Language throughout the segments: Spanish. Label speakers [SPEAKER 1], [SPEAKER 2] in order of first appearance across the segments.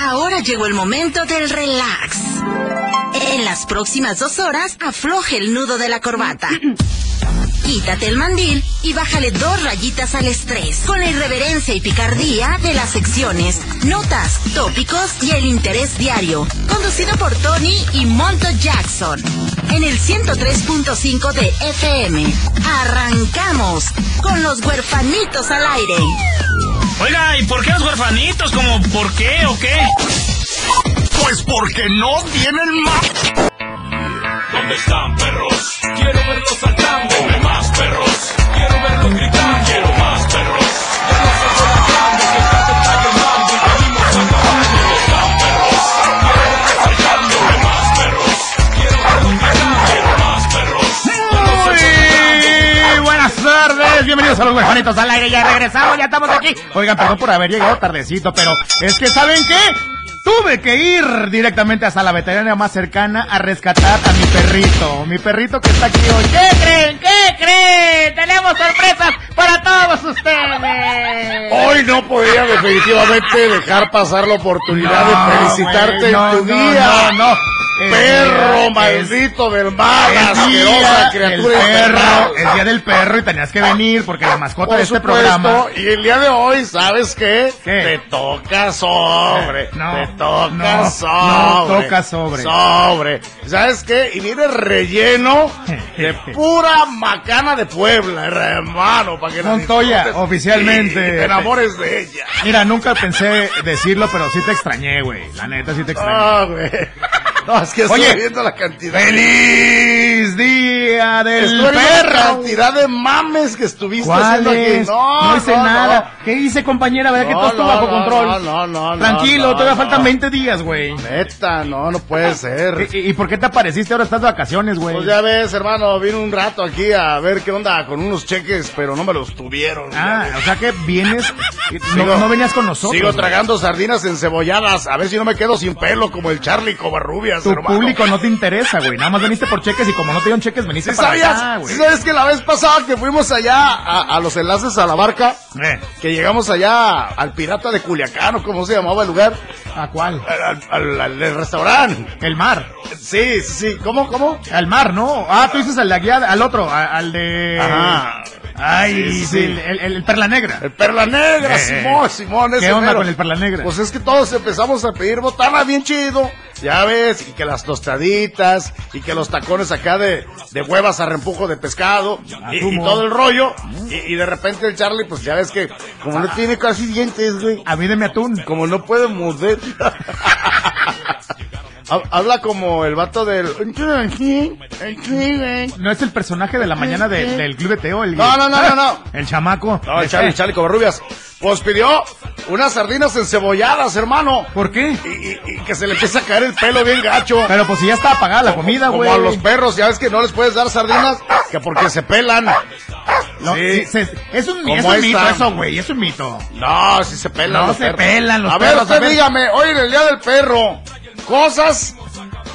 [SPEAKER 1] Ahora llegó el momento del relax. En las próximas dos horas, afloje el nudo de la corbata. Quítate el mandil y bájale dos rayitas al estrés con la irreverencia y picardía de las secciones, notas, tópicos y el interés diario, conducido por Tony y Monto Jackson. En el 103.5 de FM, arrancamos con los huerfanitos al aire.
[SPEAKER 2] Oiga, ¿y por qué los huerfanitos? ¿Como por qué o qué?
[SPEAKER 3] Pues porque no tienen más.
[SPEAKER 4] ¿Dónde están, perros? Quiero verlos saltando. Dame más, perros. Quiero verlos gritar. Quiero más, perros. Ya no se está hablando, que ya se está quemando y venimos acabando. ¿Dónde están, perros? Quiero verlos saltando. Dame más, perros. Quiero verlos gritar. Quiero más, perros.
[SPEAKER 5] Muy buenas tardes, bienvenidos a los huevonitos al aire, ya regresamos, ya estamos aquí. Oigan, perdón por haber llegado tardecito, pero es que ¿saben qué? Tuve que ir directamente hasta la veterinaria más cercana a rescatar a mi perrito, mi perrito que está aquí hoy. ¿Qué creen? ¿Qué creen? Tenemos sorpresas para todos ustedes.
[SPEAKER 6] Hoy no podía definitivamente dejar pasar la oportunidad de felicitarte
[SPEAKER 5] güey, no,
[SPEAKER 6] en
[SPEAKER 5] Ah,
[SPEAKER 6] tu
[SPEAKER 5] no, No,
[SPEAKER 6] día.
[SPEAKER 5] Eh, no. Es
[SPEAKER 6] Perro
[SPEAKER 5] día-
[SPEAKER 6] maldito del
[SPEAKER 5] es
[SPEAKER 6] mal, asquerosa
[SPEAKER 5] día del
[SPEAKER 6] criatura
[SPEAKER 5] perro,
[SPEAKER 6] infernal.
[SPEAKER 5] el día del perro y tenías que venir porque la mascota
[SPEAKER 6] Por
[SPEAKER 5] de este
[SPEAKER 6] supuesto,
[SPEAKER 5] programa
[SPEAKER 6] y el día de hoy, ¿sabes qué?
[SPEAKER 5] ¿Qué?
[SPEAKER 6] Te toca sobre,
[SPEAKER 5] No,
[SPEAKER 6] te toca
[SPEAKER 5] no, no
[SPEAKER 6] sobre.
[SPEAKER 5] toca sobre.
[SPEAKER 6] Sobre. ¿Sabes qué? Y viene relleno de pura macana de Puebla, hermano, para que la
[SPEAKER 5] Montoya,
[SPEAKER 6] disfrutes
[SPEAKER 5] oficialmente.
[SPEAKER 6] y te enamores de ella.
[SPEAKER 5] Mira, nunca pensé decirlo, pero sí te extrañé, güey. La neta, sí te extrañé.
[SPEAKER 6] Ah, güey. No, es que
[SPEAKER 5] Oye.
[SPEAKER 6] estoy viendo la cantidad.
[SPEAKER 5] ¡Feliz día del
[SPEAKER 6] Estoy viendo la
[SPEAKER 5] perro!
[SPEAKER 6] cantidad de mames que estuviste haciendo aquí.
[SPEAKER 5] ¿Cuáles? No, hice nada. ¿Qué hice, compañera? Vaya que
[SPEAKER 6] No,
[SPEAKER 5] todo estuvo
[SPEAKER 6] no,
[SPEAKER 5] bajo
[SPEAKER 6] no,
[SPEAKER 5] control.
[SPEAKER 6] no, no, no,
[SPEAKER 5] Tranquilo,
[SPEAKER 6] no,
[SPEAKER 5] todavía
[SPEAKER 6] no.
[SPEAKER 5] faltan 20 días, güey.
[SPEAKER 6] Neta, no, no puede ser.
[SPEAKER 5] ¿Y, y- y por qué te apareciste ahora? Estás de vacaciones, güey.
[SPEAKER 6] Pues ya ves, hermano, vine un rato aquí a ver qué onda con unos cheques, pero no me los tuvieron.
[SPEAKER 5] Ah,
[SPEAKER 6] Ya
[SPEAKER 5] o sea que vienes. No,
[SPEAKER 6] Sigo-
[SPEAKER 5] no venías con nosotros.
[SPEAKER 6] Sigo
[SPEAKER 5] güey.
[SPEAKER 6] tragando sardinas encebolladas, a ver si no me quedo sin pelo como el Charlie Covarrubias,
[SPEAKER 5] Tu
[SPEAKER 6] hermano.
[SPEAKER 5] público no te interesa, güey. Nada más viniste por cheques y como no te dieron cheques, veniste
[SPEAKER 6] ¿Sí
[SPEAKER 5] para
[SPEAKER 6] sabías?
[SPEAKER 5] acá, güey.
[SPEAKER 6] ¿Sí sabes que la vez pasada que fuimos allá a, a los enlaces a la barca?
[SPEAKER 5] Eh,
[SPEAKER 6] Que llegamos allá al pirata de Culiacán o como se llamaba el lugar,
[SPEAKER 5] ¿A cuál?
[SPEAKER 6] al, al- al- al restaurante.
[SPEAKER 5] El mar.
[SPEAKER 6] Sí, sí, sí. ¿Cómo, cómo?
[SPEAKER 5] Al mar, ¿no? Ah, tú dices al de guía, al otro, a- al de.
[SPEAKER 6] Ajá.
[SPEAKER 5] Ay,
[SPEAKER 6] Sí, sí.
[SPEAKER 5] sí, El, el- el Perla Negra.
[SPEAKER 6] El Perla Negra,
[SPEAKER 5] Eh,
[SPEAKER 6] Simón, Simón.
[SPEAKER 5] ¿qué
[SPEAKER 6] ese
[SPEAKER 5] onda
[SPEAKER 6] mero.
[SPEAKER 5] con el Perla Negra?
[SPEAKER 6] Pues es que todos empezamos a pedir botana bien chido, ya ves, y que las tostaditas, y que los tacones acá de, de huevas a rempujo de pescado, y, y
[SPEAKER 5] humo.
[SPEAKER 6] todo el rollo,
[SPEAKER 5] Mm.
[SPEAKER 6] y, y de repente el Charlie, pues ya ves que, como no tiene casi dientes, güey,
[SPEAKER 5] A mí de mi atún.
[SPEAKER 6] como no puede morder. Ha- Habla como el vato del...
[SPEAKER 5] No es el personaje de la mañana de- del Club de Teo, el.
[SPEAKER 6] No, no, no, no, no.
[SPEAKER 5] El chamaco.
[SPEAKER 6] No, el Charlie,
[SPEAKER 5] Eh,
[SPEAKER 6] Charlie Covarrubias. Pues pidió unas sardinas encebolladas, hermano.
[SPEAKER 5] ¿Por qué?
[SPEAKER 6] Y, y- y que se le empieza a caer el pelo bien gacho.
[SPEAKER 5] Pero pues si ya está apagada la comida,
[SPEAKER 6] Como
[SPEAKER 5] güey.
[SPEAKER 6] a los perros, ya ves que no les puedes dar sardinas, que porque se pelan.
[SPEAKER 5] No,
[SPEAKER 6] Sí.
[SPEAKER 5] sí, se- es un,
[SPEAKER 6] Como
[SPEAKER 5] es un
[SPEAKER 6] ahí
[SPEAKER 5] mito
[SPEAKER 6] está.
[SPEAKER 5] eso, güey. Es un mito.
[SPEAKER 6] No, si se pelan.
[SPEAKER 5] No
[SPEAKER 6] los
[SPEAKER 5] se pelan los
[SPEAKER 6] a
[SPEAKER 5] perros,
[SPEAKER 6] ver,
[SPEAKER 5] a
[SPEAKER 6] usted
[SPEAKER 5] ver.
[SPEAKER 6] dígame, hoy en el Día del Perro, cosas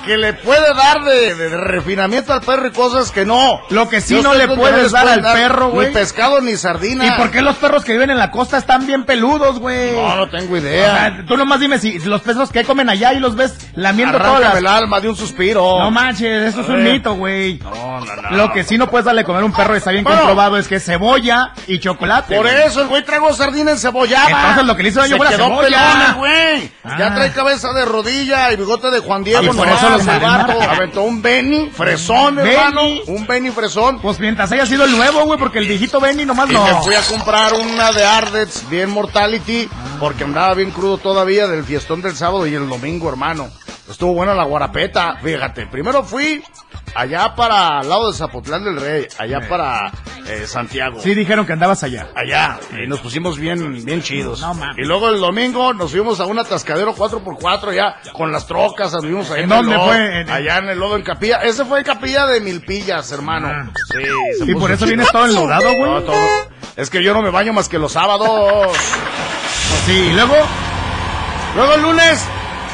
[SPEAKER 6] que le puede dar de, de- de refinamiento al perro y cosas que no.
[SPEAKER 5] Lo que sí
[SPEAKER 6] Yo
[SPEAKER 5] no
[SPEAKER 6] sé
[SPEAKER 5] le
[SPEAKER 6] que
[SPEAKER 5] puedes
[SPEAKER 6] les
[SPEAKER 5] dar
[SPEAKER 6] pueden
[SPEAKER 5] al perro, güey.
[SPEAKER 6] Ni pescado ni sardina.
[SPEAKER 5] ¿Y por qué los perros que viven en la costa están bien peludos, güey?
[SPEAKER 6] No, no tengo
[SPEAKER 5] O
[SPEAKER 6] idea.
[SPEAKER 5] sea, Ah, tú nomás dime si los perros que comen allá y los ves lamiendo todas
[SPEAKER 6] Arráncame
[SPEAKER 5] las...
[SPEAKER 6] el alma de un suspiro.
[SPEAKER 5] No manches, eso es un
[SPEAKER 6] ver.
[SPEAKER 5] mito, güey.
[SPEAKER 6] No, no, no.
[SPEAKER 5] Lo que sí no puedes darle a comer a un perro, está bien
[SPEAKER 6] Bueno.
[SPEAKER 5] comprobado, es que cebolla y chocolate.
[SPEAKER 6] Por
[SPEAKER 5] güey.
[SPEAKER 6] eso el güey tragó sardina encebollada.
[SPEAKER 5] Entonces lo que le hizo daño
[SPEAKER 6] Se
[SPEAKER 5] fue la
[SPEAKER 6] quedó
[SPEAKER 5] cebolla.
[SPEAKER 6] pelón el güey.
[SPEAKER 5] Ah.
[SPEAKER 6] Ya trae cabeza de rodilla y bigote de Juan Diego.
[SPEAKER 5] Y por
[SPEAKER 6] nomás,
[SPEAKER 5] eso lo
[SPEAKER 6] el
[SPEAKER 5] salvaron.
[SPEAKER 6] vato. Aventó un Benny fresón,
[SPEAKER 5] Benny.
[SPEAKER 6] hermano. Un Benny fresón.
[SPEAKER 5] Pues mientras haya sido el nuevo, güey, porque el viejito Benny nomás
[SPEAKER 6] Y
[SPEAKER 5] no.
[SPEAKER 6] me fui a comprar una de Ardets, bien Mortality, porque andaba bien crudo todavía del fiestón del sábado y el domingo, hermano. Estuvo buena la guarapeta, fíjate. Primero fui allá para al lado de Zapotlán del Rey, allá para eh, Santiago.
[SPEAKER 5] Sí dijeron que andabas allá.
[SPEAKER 6] allá y nos pusimos bien bien chidos.
[SPEAKER 5] No mames.
[SPEAKER 6] y luego el domingo nos fuimos a un atascadero 4x4 ya con las trocas, anduvimos ahí
[SPEAKER 5] ¿En
[SPEAKER 6] el
[SPEAKER 5] dónde
[SPEAKER 6] lodo,
[SPEAKER 5] fue? En-
[SPEAKER 6] allá en el lodo en Capilla. Ese fue en Capilla de Milpillas, hermano.
[SPEAKER 5] Ah.
[SPEAKER 6] Sí, se
[SPEAKER 5] Y
[SPEAKER 6] puso
[SPEAKER 5] por eso
[SPEAKER 6] chido.
[SPEAKER 5] vienes todo enlodado, güey.
[SPEAKER 6] No, todo. Es que yo no me baño más que los sábados.
[SPEAKER 5] Pues Sí, y luego,
[SPEAKER 6] Luego el lunes,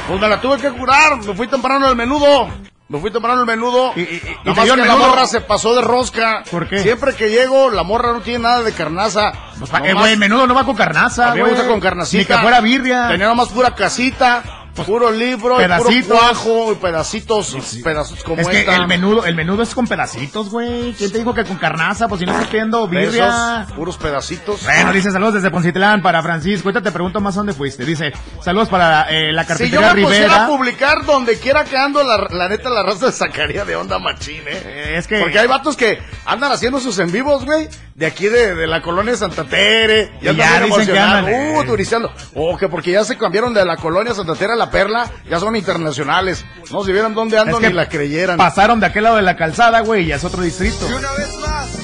[SPEAKER 6] pues me la tuve que curar. Me fui temprano al menudo. Me fui temprano al menudo.
[SPEAKER 5] Y- y- y-
[SPEAKER 6] Nada
[SPEAKER 5] ¿y te
[SPEAKER 6] más
[SPEAKER 5] dio
[SPEAKER 6] que
[SPEAKER 5] el
[SPEAKER 6] la
[SPEAKER 5] menudo?
[SPEAKER 6] morra se pasó de rosca.
[SPEAKER 5] ¿Por qué?
[SPEAKER 6] Siempre que llego, la morra no tiene nada de carnaza.
[SPEAKER 5] pues, pa' qué,
[SPEAKER 6] Nomás-
[SPEAKER 5] güey, menudo no va con carnaza,
[SPEAKER 6] A mí me
[SPEAKER 5] güey.
[SPEAKER 6] gusta con carnacita.
[SPEAKER 5] Ni que fuera birria. Pues,
[SPEAKER 6] Tenía nomás pura casita. puro libro, y puro
[SPEAKER 5] pedacitos.
[SPEAKER 6] cuajo, y pedacitos, pedacitos como
[SPEAKER 5] es que
[SPEAKER 6] esta.
[SPEAKER 5] el menudo, el menudo es con pedacitos, güey. ¿Quién te dijo que con carnaza? Pues si no estás pidiendo birria.
[SPEAKER 6] Besos, puros pedacitos.
[SPEAKER 5] Bueno, dice saludos desde Poncitlán para Francisco. Ahorita te pregunto más dónde fuiste. Dice saludos para eh, la
[SPEAKER 6] Si yo
[SPEAKER 5] carpintería
[SPEAKER 6] me pusiera
[SPEAKER 5] Rivera.
[SPEAKER 6] a publicar donde quiera que ando, la, la neta, la raza se sacaría de onda machín, ¿eh?
[SPEAKER 5] Eh, es que
[SPEAKER 6] Porque hay vatos que andan haciendo sus en vivos, güey, de aquí de, de la colonia de Santa Tere.
[SPEAKER 5] Y ya
[SPEAKER 6] andan bien
[SPEAKER 5] dicen que
[SPEAKER 6] emocionados,
[SPEAKER 5] andan,
[SPEAKER 6] Uh,
[SPEAKER 5] eh.
[SPEAKER 6] turisteando. O que porque ya se cambiaron de la colonia Santa Tere a la Perla, ya son internacionales. No, si vieran dónde ando
[SPEAKER 5] es que
[SPEAKER 6] ni la creyeran.
[SPEAKER 5] Pasaron de aquel lado de la calzada, güey, y ya es otro distrito.
[SPEAKER 7] Y una vez más,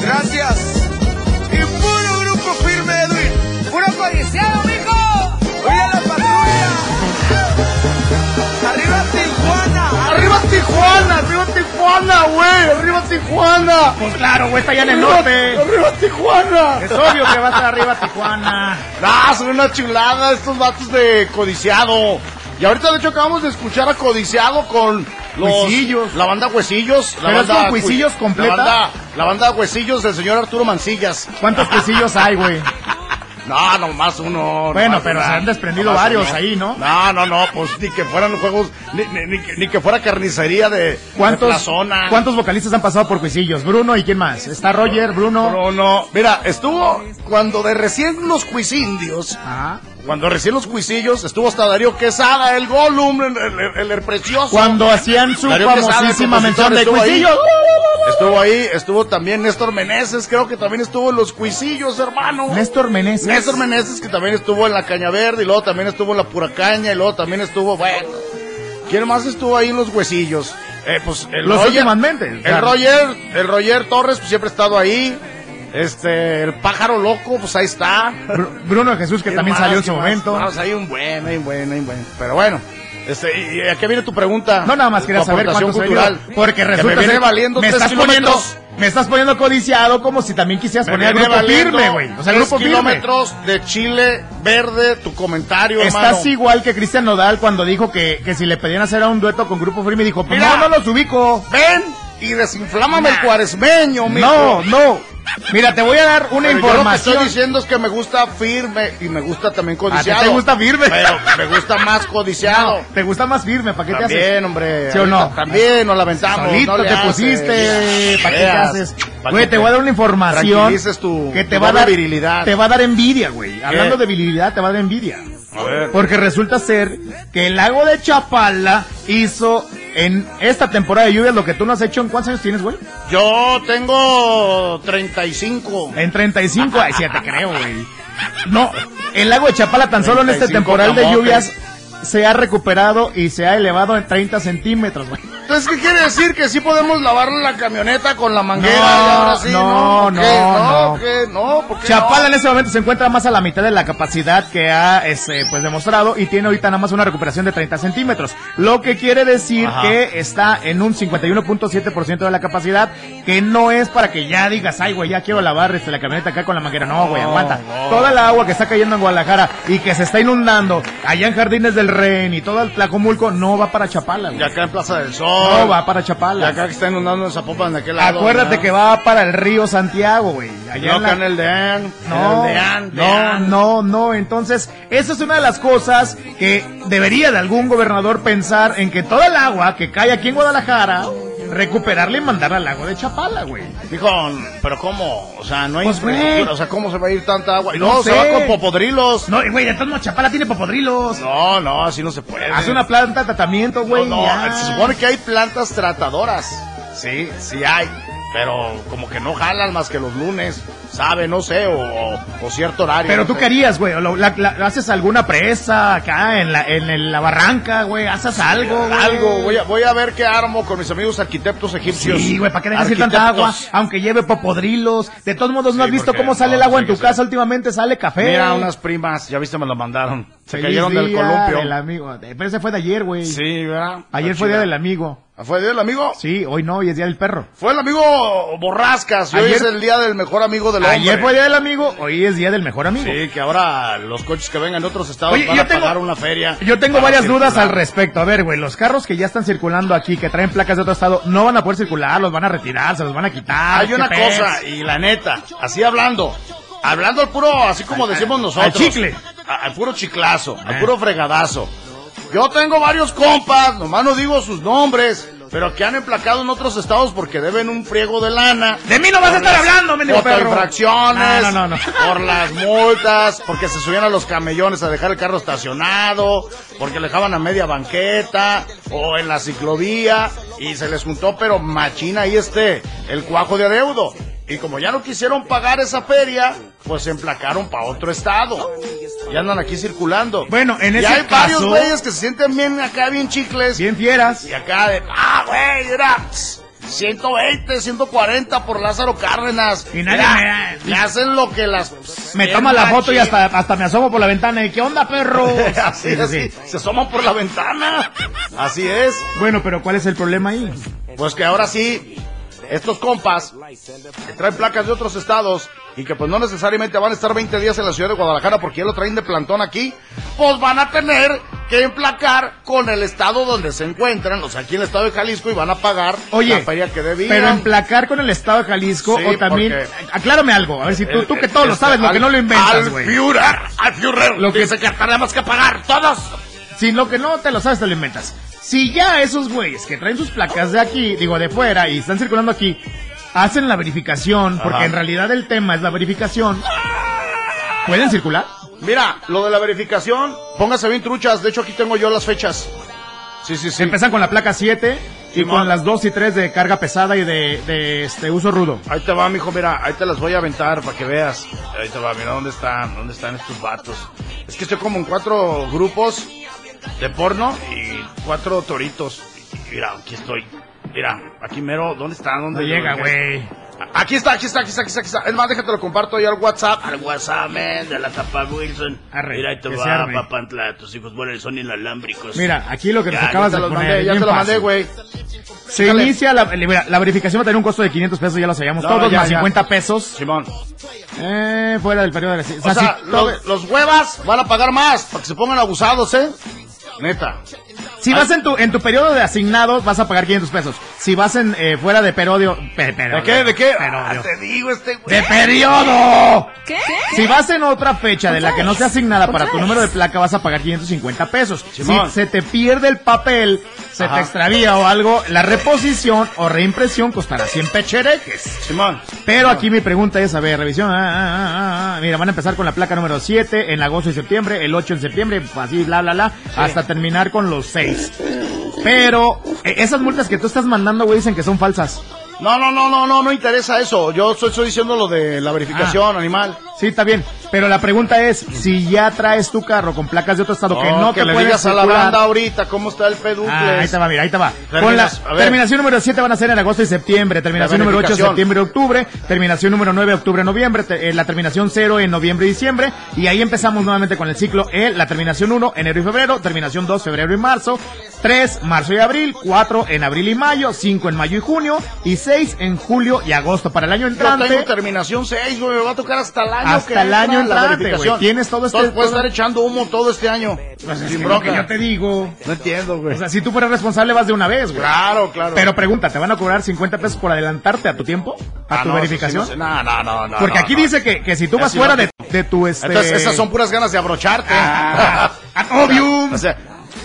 [SPEAKER 7] gracias. Y puro grupo firme, Edwin. ¡Puro policiado, mijo! ¡Oye la patrulla! ¡Arriba Tijuana!
[SPEAKER 6] ¡Arriba Tijuana! ¡Arriba Tijuana, güey! ¡Arriba Tijuana!
[SPEAKER 5] Pues claro, güey, está allá en el norte.
[SPEAKER 6] ¡Arriba, arriba Tijuana!
[SPEAKER 5] Es obvio que va a estar arriba Tijuana.
[SPEAKER 6] Ah, son una chulada estos vatos de Codiciado. Y ahorita, de hecho, acabamos de escuchar a Codiciado con los...
[SPEAKER 5] Huesillos.
[SPEAKER 6] La banda Huesillos. La
[SPEAKER 5] Pero es
[SPEAKER 6] banda
[SPEAKER 5] con Huesillos
[SPEAKER 6] Cui-
[SPEAKER 5] completa.
[SPEAKER 6] La banda, la banda Huesillos del señor Arturo Mancillas.
[SPEAKER 5] ¿Cuántos quesillos hay, güey?
[SPEAKER 6] No, nomás uno.
[SPEAKER 5] Bueno,
[SPEAKER 6] nomás
[SPEAKER 5] pero
[SPEAKER 6] uno.
[SPEAKER 5] se han desprendido
[SPEAKER 6] Nomás
[SPEAKER 5] varios
[SPEAKER 6] uno.
[SPEAKER 5] ahí, ¿no?
[SPEAKER 6] No, no, no, pues ni que fueran juegos, ni, ni- ni que- ni que fuera carnicería de, de
[SPEAKER 5] ¿Cuántos,
[SPEAKER 6] zona.
[SPEAKER 5] ¿Cuántos vocalistas han pasado por Cuisillos? Bruno y quién más? Está Roger, Bruno.
[SPEAKER 6] No, no. Mira, estuvo cuando de recién los cuisindios
[SPEAKER 5] Ajá.
[SPEAKER 6] Cuando recién los cuisillos estuvo hasta Darío Quesada, el Gollum, el, el- el- el precioso.
[SPEAKER 5] Cuando hacían su
[SPEAKER 6] Darío Quesada,
[SPEAKER 5] famosísima
[SPEAKER 6] el compositor,
[SPEAKER 5] mención de
[SPEAKER 6] estuvo ahí.
[SPEAKER 5] Cuisillos.
[SPEAKER 6] Estuvo ahí, estuvo también Néstor Meneses, creo que también estuvo en los cuisillos, hermano.
[SPEAKER 5] Néstor Meneses.
[SPEAKER 6] Néstor Meneses, que también estuvo en la Caña Verde, y luego también estuvo en la Puracaña, y luego también estuvo, bueno. ¿Quién más estuvo ahí en los huesillos? Eh, pues el
[SPEAKER 5] Los
[SPEAKER 6] Roger,
[SPEAKER 5] últimamente,
[SPEAKER 6] El
[SPEAKER 5] claro.
[SPEAKER 6] Roger, el Roger Torres, pues siempre ha estado ahí. Este, el pájaro loco, pues ahí está.
[SPEAKER 5] Bru- Bruno Jesús, que
[SPEAKER 6] ¿Qué
[SPEAKER 5] también
[SPEAKER 6] más?
[SPEAKER 5] salió en
[SPEAKER 6] ¿Qué
[SPEAKER 5] su
[SPEAKER 6] más?
[SPEAKER 5] momento.
[SPEAKER 6] No, o sea, hay un buen, hay un buen, hay un buen. Pero bueno, este, ¿y y a qué viene tu pregunta?
[SPEAKER 5] No, nada más
[SPEAKER 6] Tu
[SPEAKER 5] quería saber
[SPEAKER 6] aportación
[SPEAKER 5] cuántos cultural. Porque
[SPEAKER 6] Que
[SPEAKER 5] resulta
[SPEAKER 6] me viene
[SPEAKER 5] ser-
[SPEAKER 6] valiendo
[SPEAKER 5] me
[SPEAKER 6] tres
[SPEAKER 5] estás poniendo,
[SPEAKER 6] kilómetros.
[SPEAKER 5] me estás poniendo codiciado como si también quisieras
[SPEAKER 6] Me
[SPEAKER 5] poner al
[SPEAKER 6] viene
[SPEAKER 5] grupo
[SPEAKER 6] valiendo
[SPEAKER 5] firme, güey. O sea, el
[SPEAKER 6] tres
[SPEAKER 5] grupo firme.
[SPEAKER 6] kilómetros de Chile Verde, tu comentario, hermano.
[SPEAKER 5] Estás igual que Cristian Nodal cuando dijo que, que si le pedían hacer a un dueto con Grupo Firme, dijo, pues
[SPEAKER 6] Mira.
[SPEAKER 5] no, no los ubico.
[SPEAKER 6] Ven y desinflámame el cuaresmeño, mijo.
[SPEAKER 5] No, no. Mira, te voy a dar una
[SPEAKER 6] Pero yo lo que
[SPEAKER 5] información.
[SPEAKER 6] estoy diciendo es que me gusta firme y me gusta también
[SPEAKER 5] a ti
[SPEAKER 6] codiciado.
[SPEAKER 5] te gusta firme.
[SPEAKER 6] Pero me gusta más codiciado.
[SPEAKER 5] Te gusta más firme, ¿para qué te haces?
[SPEAKER 6] También, hombre.
[SPEAKER 5] ¿Sí o no?
[SPEAKER 6] ahorita También nos lamentamos.
[SPEAKER 5] Solito te pusiste, ¿para qué te haces? Güey, te voy a dar una información
[SPEAKER 6] Tranquilices tu-
[SPEAKER 5] que
[SPEAKER 6] tu
[SPEAKER 5] te va a
[SPEAKER 6] doble
[SPEAKER 5] dar
[SPEAKER 6] virilidad.
[SPEAKER 5] Te va a dar envidia, güey. Hablando de virilidad, te va a dar envidia.
[SPEAKER 6] A ver.
[SPEAKER 5] Porque resulta ser que el lago de Chapala hizo en esta temporada de lluvias lo que tú no has hecho. ¿En cuántos años tienes, güey?
[SPEAKER 6] Yo tengo 35.
[SPEAKER 5] En 35. Ay, sí, ya te creo, güey. No, el lago de Chapala tan solo en este
[SPEAKER 6] 35
[SPEAKER 5] temporal de
[SPEAKER 6] camotes.
[SPEAKER 5] lluvias se ha recuperado y se ha elevado en 30 centímetros, güey.
[SPEAKER 6] Entonces, ¿qué quiere decir? Que sí podemos lavar la camioneta con la manguera
[SPEAKER 5] No,
[SPEAKER 6] y ahora sí.
[SPEAKER 5] no, no,
[SPEAKER 6] ¿Qué? no. ¿Qué? No, ¿por qué
[SPEAKER 5] Chapala en
[SPEAKER 6] no?
[SPEAKER 5] este momento se encuentra más a la mitad de la capacidad que ha este, pues demostrado y tiene ahorita nada más una recuperación de 30 centímetros, lo que quiere decir que está en un 51.7% de la capacidad, que no es para que ya digas, ay güey, ya quiero lavar este, la camioneta acá con la manguera, no güey, aguanta. Toda la agua que está cayendo en Guadalajara y que se está inundando allá en Jardines del Rehén y todo el Tlacomulco no va para Chapala, güey.
[SPEAKER 6] Y acá en Plaza del Sol.
[SPEAKER 5] no va para
[SPEAKER 6] Y
[SPEAKER 5] Chapala.
[SPEAKER 6] acá que está inundando en Zapopan de aquel lado.
[SPEAKER 5] Acuérdate que va para el río Santiago, güey. allá
[SPEAKER 6] No,
[SPEAKER 5] en la-
[SPEAKER 6] acá en el DEAN.
[SPEAKER 5] no,
[SPEAKER 6] en el DEAN,
[SPEAKER 5] no,
[SPEAKER 6] DEAN.
[SPEAKER 5] no, no. Entonces, esa es una de las cosas que debería de algún gobernador pensar en que toda el agua que cae aquí en Guadalajara, recuperarla y mandarla al lago de Chapala, güey.
[SPEAKER 6] Dijo, pero ¿cómo? O sea, no hay
[SPEAKER 5] Pues,
[SPEAKER 6] infraestructura,
[SPEAKER 5] güey.
[SPEAKER 6] O sea, ¿cómo se va a ir tanta agua? Y
[SPEAKER 5] No
[SPEAKER 6] luego se
[SPEAKER 5] sé.
[SPEAKER 6] va con popodrilos.
[SPEAKER 5] No, y güey, de todos modos, Chapala tiene popodrilos.
[SPEAKER 6] No, no, así no se puede.
[SPEAKER 5] Haz una planta de tratamiento, güey.
[SPEAKER 6] No, no,
[SPEAKER 5] ya.
[SPEAKER 6] se supone que hay plantas tratadoras. Sí, sí hay. Pero como que no jalan más que los lunes, sabe, no sé, o, o- o cierto horario.
[SPEAKER 5] Pero
[SPEAKER 6] no
[SPEAKER 5] tú
[SPEAKER 6] sé.
[SPEAKER 5] qué harías, güey. ¿Lo- la- la- ¿Haces alguna presa acá en la, en, el- la barranca, güey? ¿Haces algo, güey?
[SPEAKER 6] Algo, voy a, voy a ver qué armo con mis amigos arquitectos egipcios.
[SPEAKER 5] Sí, güey, ¿para qué dejas ir tanta agua?
[SPEAKER 6] Arquitectos.
[SPEAKER 5] Aunque lleve popodrilos. De todos modos, ¿no
[SPEAKER 6] Sí,
[SPEAKER 5] has visto
[SPEAKER 6] porque
[SPEAKER 5] cómo sale
[SPEAKER 6] no,
[SPEAKER 5] el agua en
[SPEAKER 6] tiene
[SPEAKER 5] tu
[SPEAKER 6] que ser.
[SPEAKER 5] casa últimamente? Sale café.
[SPEAKER 6] Mira, unas primas, ya viste, me lo mandaron. Se
[SPEAKER 5] Feliz
[SPEAKER 6] cayeron del
[SPEAKER 5] día
[SPEAKER 6] columpio.
[SPEAKER 5] del amigo. Eh, Pero ese fue de ayer, güey.
[SPEAKER 6] Sí, ¿verdad?
[SPEAKER 5] Ayer
[SPEAKER 6] Está
[SPEAKER 5] fue día
[SPEAKER 6] chida.
[SPEAKER 5] del amigo.
[SPEAKER 6] ¿Ah, ¿Fue día del amigo?
[SPEAKER 5] Sí, hoy no, hoy es día del perro.
[SPEAKER 6] Fue el amigo Borrascas. y hoy
[SPEAKER 5] Ayer-
[SPEAKER 6] es el día del mejor amigo del hombre.
[SPEAKER 5] Ayer fue día del amigo, hoy es día del mejor amigo.
[SPEAKER 6] Sí, que ahora los coches que vengan de otros estados
[SPEAKER 5] Oye,
[SPEAKER 6] van
[SPEAKER 5] yo
[SPEAKER 6] a
[SPEAKER 5] tengo-
[SPEAKER 6] pagar una feria.
[SPEAKER 5] Yo tengo
[SPEAKER 6] para
[SPEAKER 5] varias dudas
[SPEAKER 6] circular.
[SPEAKER 5] al respecto. A ver, güey, los carros que ya están circulando aquí, que traen placas de otro estado, no van a poder circular, los van a retirar, se los van a quitar.
[SPEAKER 6] Hay
[SPEAKER 5] ¿qué
[SPEAKER 6] una
[SPEAKER 5] pez?
[SPEAKER 6] cosa, y la neta, así hablando, hablando al puro, así como decimos nosotros.
[SPEAKER 5] al chicle. Eh.
[SPEAKER 6] a- al puro chiclazo, al puro fregadazo. Yo tengo varios compas, nomás no digo sus nombres, pero que han emplacado en otros estados porque deben un friego de lana.
[SPEAKER 5] De mí no vas a estar hablando, mendigo
[SPEAKER 6] Por las
[SPEAKER 5] perro.
[SPEAKER 6] infracciones,
[SPEAKER 5] No, no, no, no.
[SPEAKER 6] por las multas, porque se subían a los camellones a dejar el carro estacionado, porque le dejaban a media banqueta o en la ciclovía y se les juntó, pero machina ahí este, el cuajo de adeudo. Y como ya no quisieron pagar esa feria, pues se emplacaron para otro estado. Y andan aquí circulando.
[SPEAKER 5] Bueno, en
[SPEAKER 6] Y
[SPEAKER 5] ese
[SPEAKER 6] hay varios
[SPEAKER 5] caso-
[SPEAKER 6] güeyes que se sienten bien acá, bien chicles.
[SPEAKER 5] Bien fieras.
[SPEAKER 6] Y acá de, ah, güey, mira, 120, 140 por Lázaro Cárdenas.
[SPEAKER 5] Y nadie
[SPEAKER 6] Mira,
[SPEAKER 5] me da-
[SPEAKER 6] Le hacen lo que las...
[SPEAKER 5] Me toma la foto y hasta, hasta me asomo por la ventana. ¿Y qué onda, perro?
[SPEAKER 6] Así,
[SPEAKER 5] Sí, sí,
[SPEAKER 6] así,
[SPEAKER 5] sí.
[SPEAKER 6] se asoman por la ventana. Así es.
[SPEAKER 5] Bueno, pero ¿cuál es el problema ahí?
[SPEAKER 6] Pues que ahora sí, estos compas que traen placas de otros estados y que pues no necesariamente van a estar 20 días en la ciudad de Guadalajara porque ya lo traen de plantón aquí, pues van a tener que emplacar con el estado donde se encuentran, o sea, aquí en el estado de Jalisco y van a pagar
[SPEAKER 5] Oye,
[SPEAKER 6] la feria que debían.
[SPEAKER 5] pero emplacar con el Estado de Jalisco
[SPEAKER 6] Sí,
[SPEAKER 5] o también...
[SPEAKER 6] porque-
[SPEAKER 5] Aclárame algo, a ver si tú,
[SPEAKER 6] El-
[SPEAKER 5] tú que todo lo
[SPEAKER 6] este,
[SPEAKER 5] sabes, lo que
[SPEAKER 6] al-
[SPEAKER 5] no lo inventas,
[SPEAKER 6] Al
[SPEAKER 5] güey.
[SPEAKER 6] Führer, al Führer.
[SPEAKER 5] Lo que-
[SPEAKER 6] dice que tenemos que pagar todos.
[SPEAKER 5] Si lo que no te lo sabes, te lo inventas. Si ya esos güeyes que traen sus placas de aquí, digo, de fuera, y están circulando aquí, hacen la verificación, porque
[SPEAKER 6] Ajá.
[SPEAKER 5] en realidad el tema es la verificación, ¿pueden circular?
[SPEAKER 6] Mira, lo de la verificación, póngase bien truchas. De hecho, aquí tengo yo las fechas. Sí, sí, sí.
[SPEAKER 5] Empiezan con la placa 7 y
[SPEAKER 6] Simón.
[SPEAKER 5] con las 2 y 3 de carga pesada y de, de, este uso rudo.
[SPEAKER 6] Ahí te va, mijo, mira, ahí te las voy a aventar para que veas. Ahí te va, mira dónde están, dónde están estos vatos. Es que estoy como en cuatro grupos de porno y cuatro toritos. Y Mira, aquí estoy. Mira, aquí mero, ¿dónde están? ¿Dónde
[SPEAKER 5] No llega,
[SPEAKER 6] dónde-
[SPEAKER 5] güey.
[SPEAKER 6] Aquí está, aquí está, aquí está, aquí está, aquí está. Es más, déjate lo comparto ahí al WhatsApp. Al WhatsApp, men, de la tapa Wilson.
[SPEAKER 5] Arre,
[SPEAKER 6] Mira, ahí te
[SPEAKER 5] que
[SPEAKER 6] va,
[SPEAKER 5] se arme.
[SPEAKER 6] papantla, tus hijos buenos son inalámbricos.
[SPEAKER 5] Mira, aquí lo que nos
[SPEAKER 6] ya,
[SPEAKER 5] acabas
[SPEAKER 6] ya te
[SPEAKER 5] de
[SPEAKER 6] los
[SPEAKER 5] poner.
[SPEAKER 6] mandé, ya
[SPEAKER 5] bien
[SPEAKER 6] te lo mandé,
[SPEAKER 5] fácil.
[SPEAKER 6] güey.
[SPEAKER 5] Se
[SPEAKER 6] Dale.
[SPEAKER 5] inicia la, mira, la verificación va a tener un costo de 500 pesos, ya lo sabíamos
[SPEAKER 6] No,
[SPEAKER 5] todos,
[SPEAKER 6] ya,
[SPEAKER 5] más
[SPEAKER 6] ya.
[SPEAKER 5] 50 pesos.
[SPEAKER 6] Simón.
[SPEAKER 5] Eh, fuera del periodo de la...
[SPEAKER 6] O sea,
[SPEAKER 5] si-
[SPEAKER 6] los, los huevas van a pagar más para que se pongan abusados, ¿eh? Neta.
[SPEAKER 5] Si
[SPEAKER 6] Ah.
[SPEAKER 5] vas en tu, en tu periodo de asignado, vas a pagar 500 pesos. Si vas en eh, fuera de perodio... pe- perodio,
[SPEAKER 6] ¿De qué? ¿De qué?
[SPEAKER 5] perodio.
[SPEAKER 6] Ah, te digo, este güey.
[SPEAKER 5] ¡De periodo!
[SPEAKER 8] ¿Qué?
[SPEAKER 5] Si vas en otra fecha de la que no sea asignada para tu
[SPEAKER 8] Contraes.
[SPEAKER 5] número de placa, vas a pagar 550 pesos.
[SPEAKER 6] Simón.
[SPEAKER 5] Si se te pierde el papel, se
[SPEAKER 6] Ajá.
[SPEAKER 5] te extravía o algo, la reposición o reimpresión costará 100 pechereques.
[SPEAKER 6] Simón.
[SPEAKER 5] Pero aquí mi pregunta es, a ver, revisión. ah, ah, ah, ah, mira, van a empezar con la placa número 7 en agosto y septiembre, el 8 en septiembre, así, bla, bla, bla, hasta terminar con los 6. Pero eh, esas multas que tú estás mandando, güey, dicen que son falsas.
[SPEAKER 6] No, no, no, no, no, no interesa eso. Yo estoy, estoy diciendo lo de la verificación,
[SPEAKER 5] Ah.
[SPEAKER 6] animal.
[SPEAKER 5] Sí, está bien. Pero la pregunta es, si ya traes tu carro con placas de otro estado que
[SPEAKER 6] Oh,
[SPEAKER 5] no
[SPEAKER 6] que
[SPEAKER 5] te
[SPEAKER 6] le
[SPEAKER 5] puedes
[SPEAKER 6] digas a la
[SPEAKER 5] circular-
[SPEAKER 6] banda ahorita cómo está el peducle.
[SPEAKER 5] Ah, ahí te va, mira, ahí te va. Con la,
[SPEAKER 6] Terminas- a ver.
[SPEAKER 5] terminación número 7 van a ser en agosto y septiembre. Terminación
[SPEAKER 6] La
[SPEAKER 5] número 8,
[SPEAKER 6] verificación.
[SPEAKER 5] septiembre, octubre. Terminación número 9, octubre, noviembre. te- eh, la terminación 0 en noviembre y diciembre. Y ahí empezamos nuevamente con el ciclo E. La terminación 1, enero y febrero. Terminación 2, febrero y marzo. 3, marzo y abril. 4, en abril y mayo. 5, en mayo y junio. Y 6, en julio y agosto. Para el año
[SPEAKER 6] Yo
[SPEAKER 5] entrante.
[SPEAKER 6] tengo terminación 6, güey. Me va a tocar hasta el año
[SPEAKER 5] Hasta
[SPEAKER 6] que
[SPEAKER 5] el
[SPEAKER 6] entra
[SPEAKER 5] año
[SPEAKER 6] la
[SPEAKER 5] entrante,
[SPEAKER 6] verificación.
[SPEAKER 5] güey. Tienes todo este-
[SPEAKER 6] Entonces, puedes
[SPEAKER 5] todo-
[SPEAKER 6] estar echando humo todo este año.
[SPEAKER 5] Pues es
[SPEAKER 6] Sin
[SPEAKER 5] que lo
[SPEAKER 6] bronca.
[SPEAKER 5] que yo te digo.
[SPEAKER 6] No entiendo, güey.
[SPEAKER 5] O sea, si tú fueras responsable, vas de una vez, güey.
[SPEAKER 6] claro, claro.
[SPEAKER 5] Pero pregunta, ¿te van a cobrar 50 pesos por adelantarte a tu tiempo? ¿A
[SPEAKER 6] Ah,
[SPEAKER 5] tu
[SPEAKER 6] no, eso sí
[SPEAKER 5] verificación?
[SPEAKER 6] no sé. No, no, no, no.
[SPEAKER 5] Porque
[SPEAKER 6] no,
[SPEAKER 5] aquí
[SPEAKER 6] no.
[SPEAKER 5] dice que, que si tú vas
[SPEAKER 6] Así
[SPEAKER 5] fuera
[SPEAKER 6] no.
[SPEAKER 5] de, de tu este.
[SPEAKER 6] Entonces, esas son puras ganas de abrocharte.
[SPEAKER 5] Ah, obvio.
[SPEAKER 6] O sea,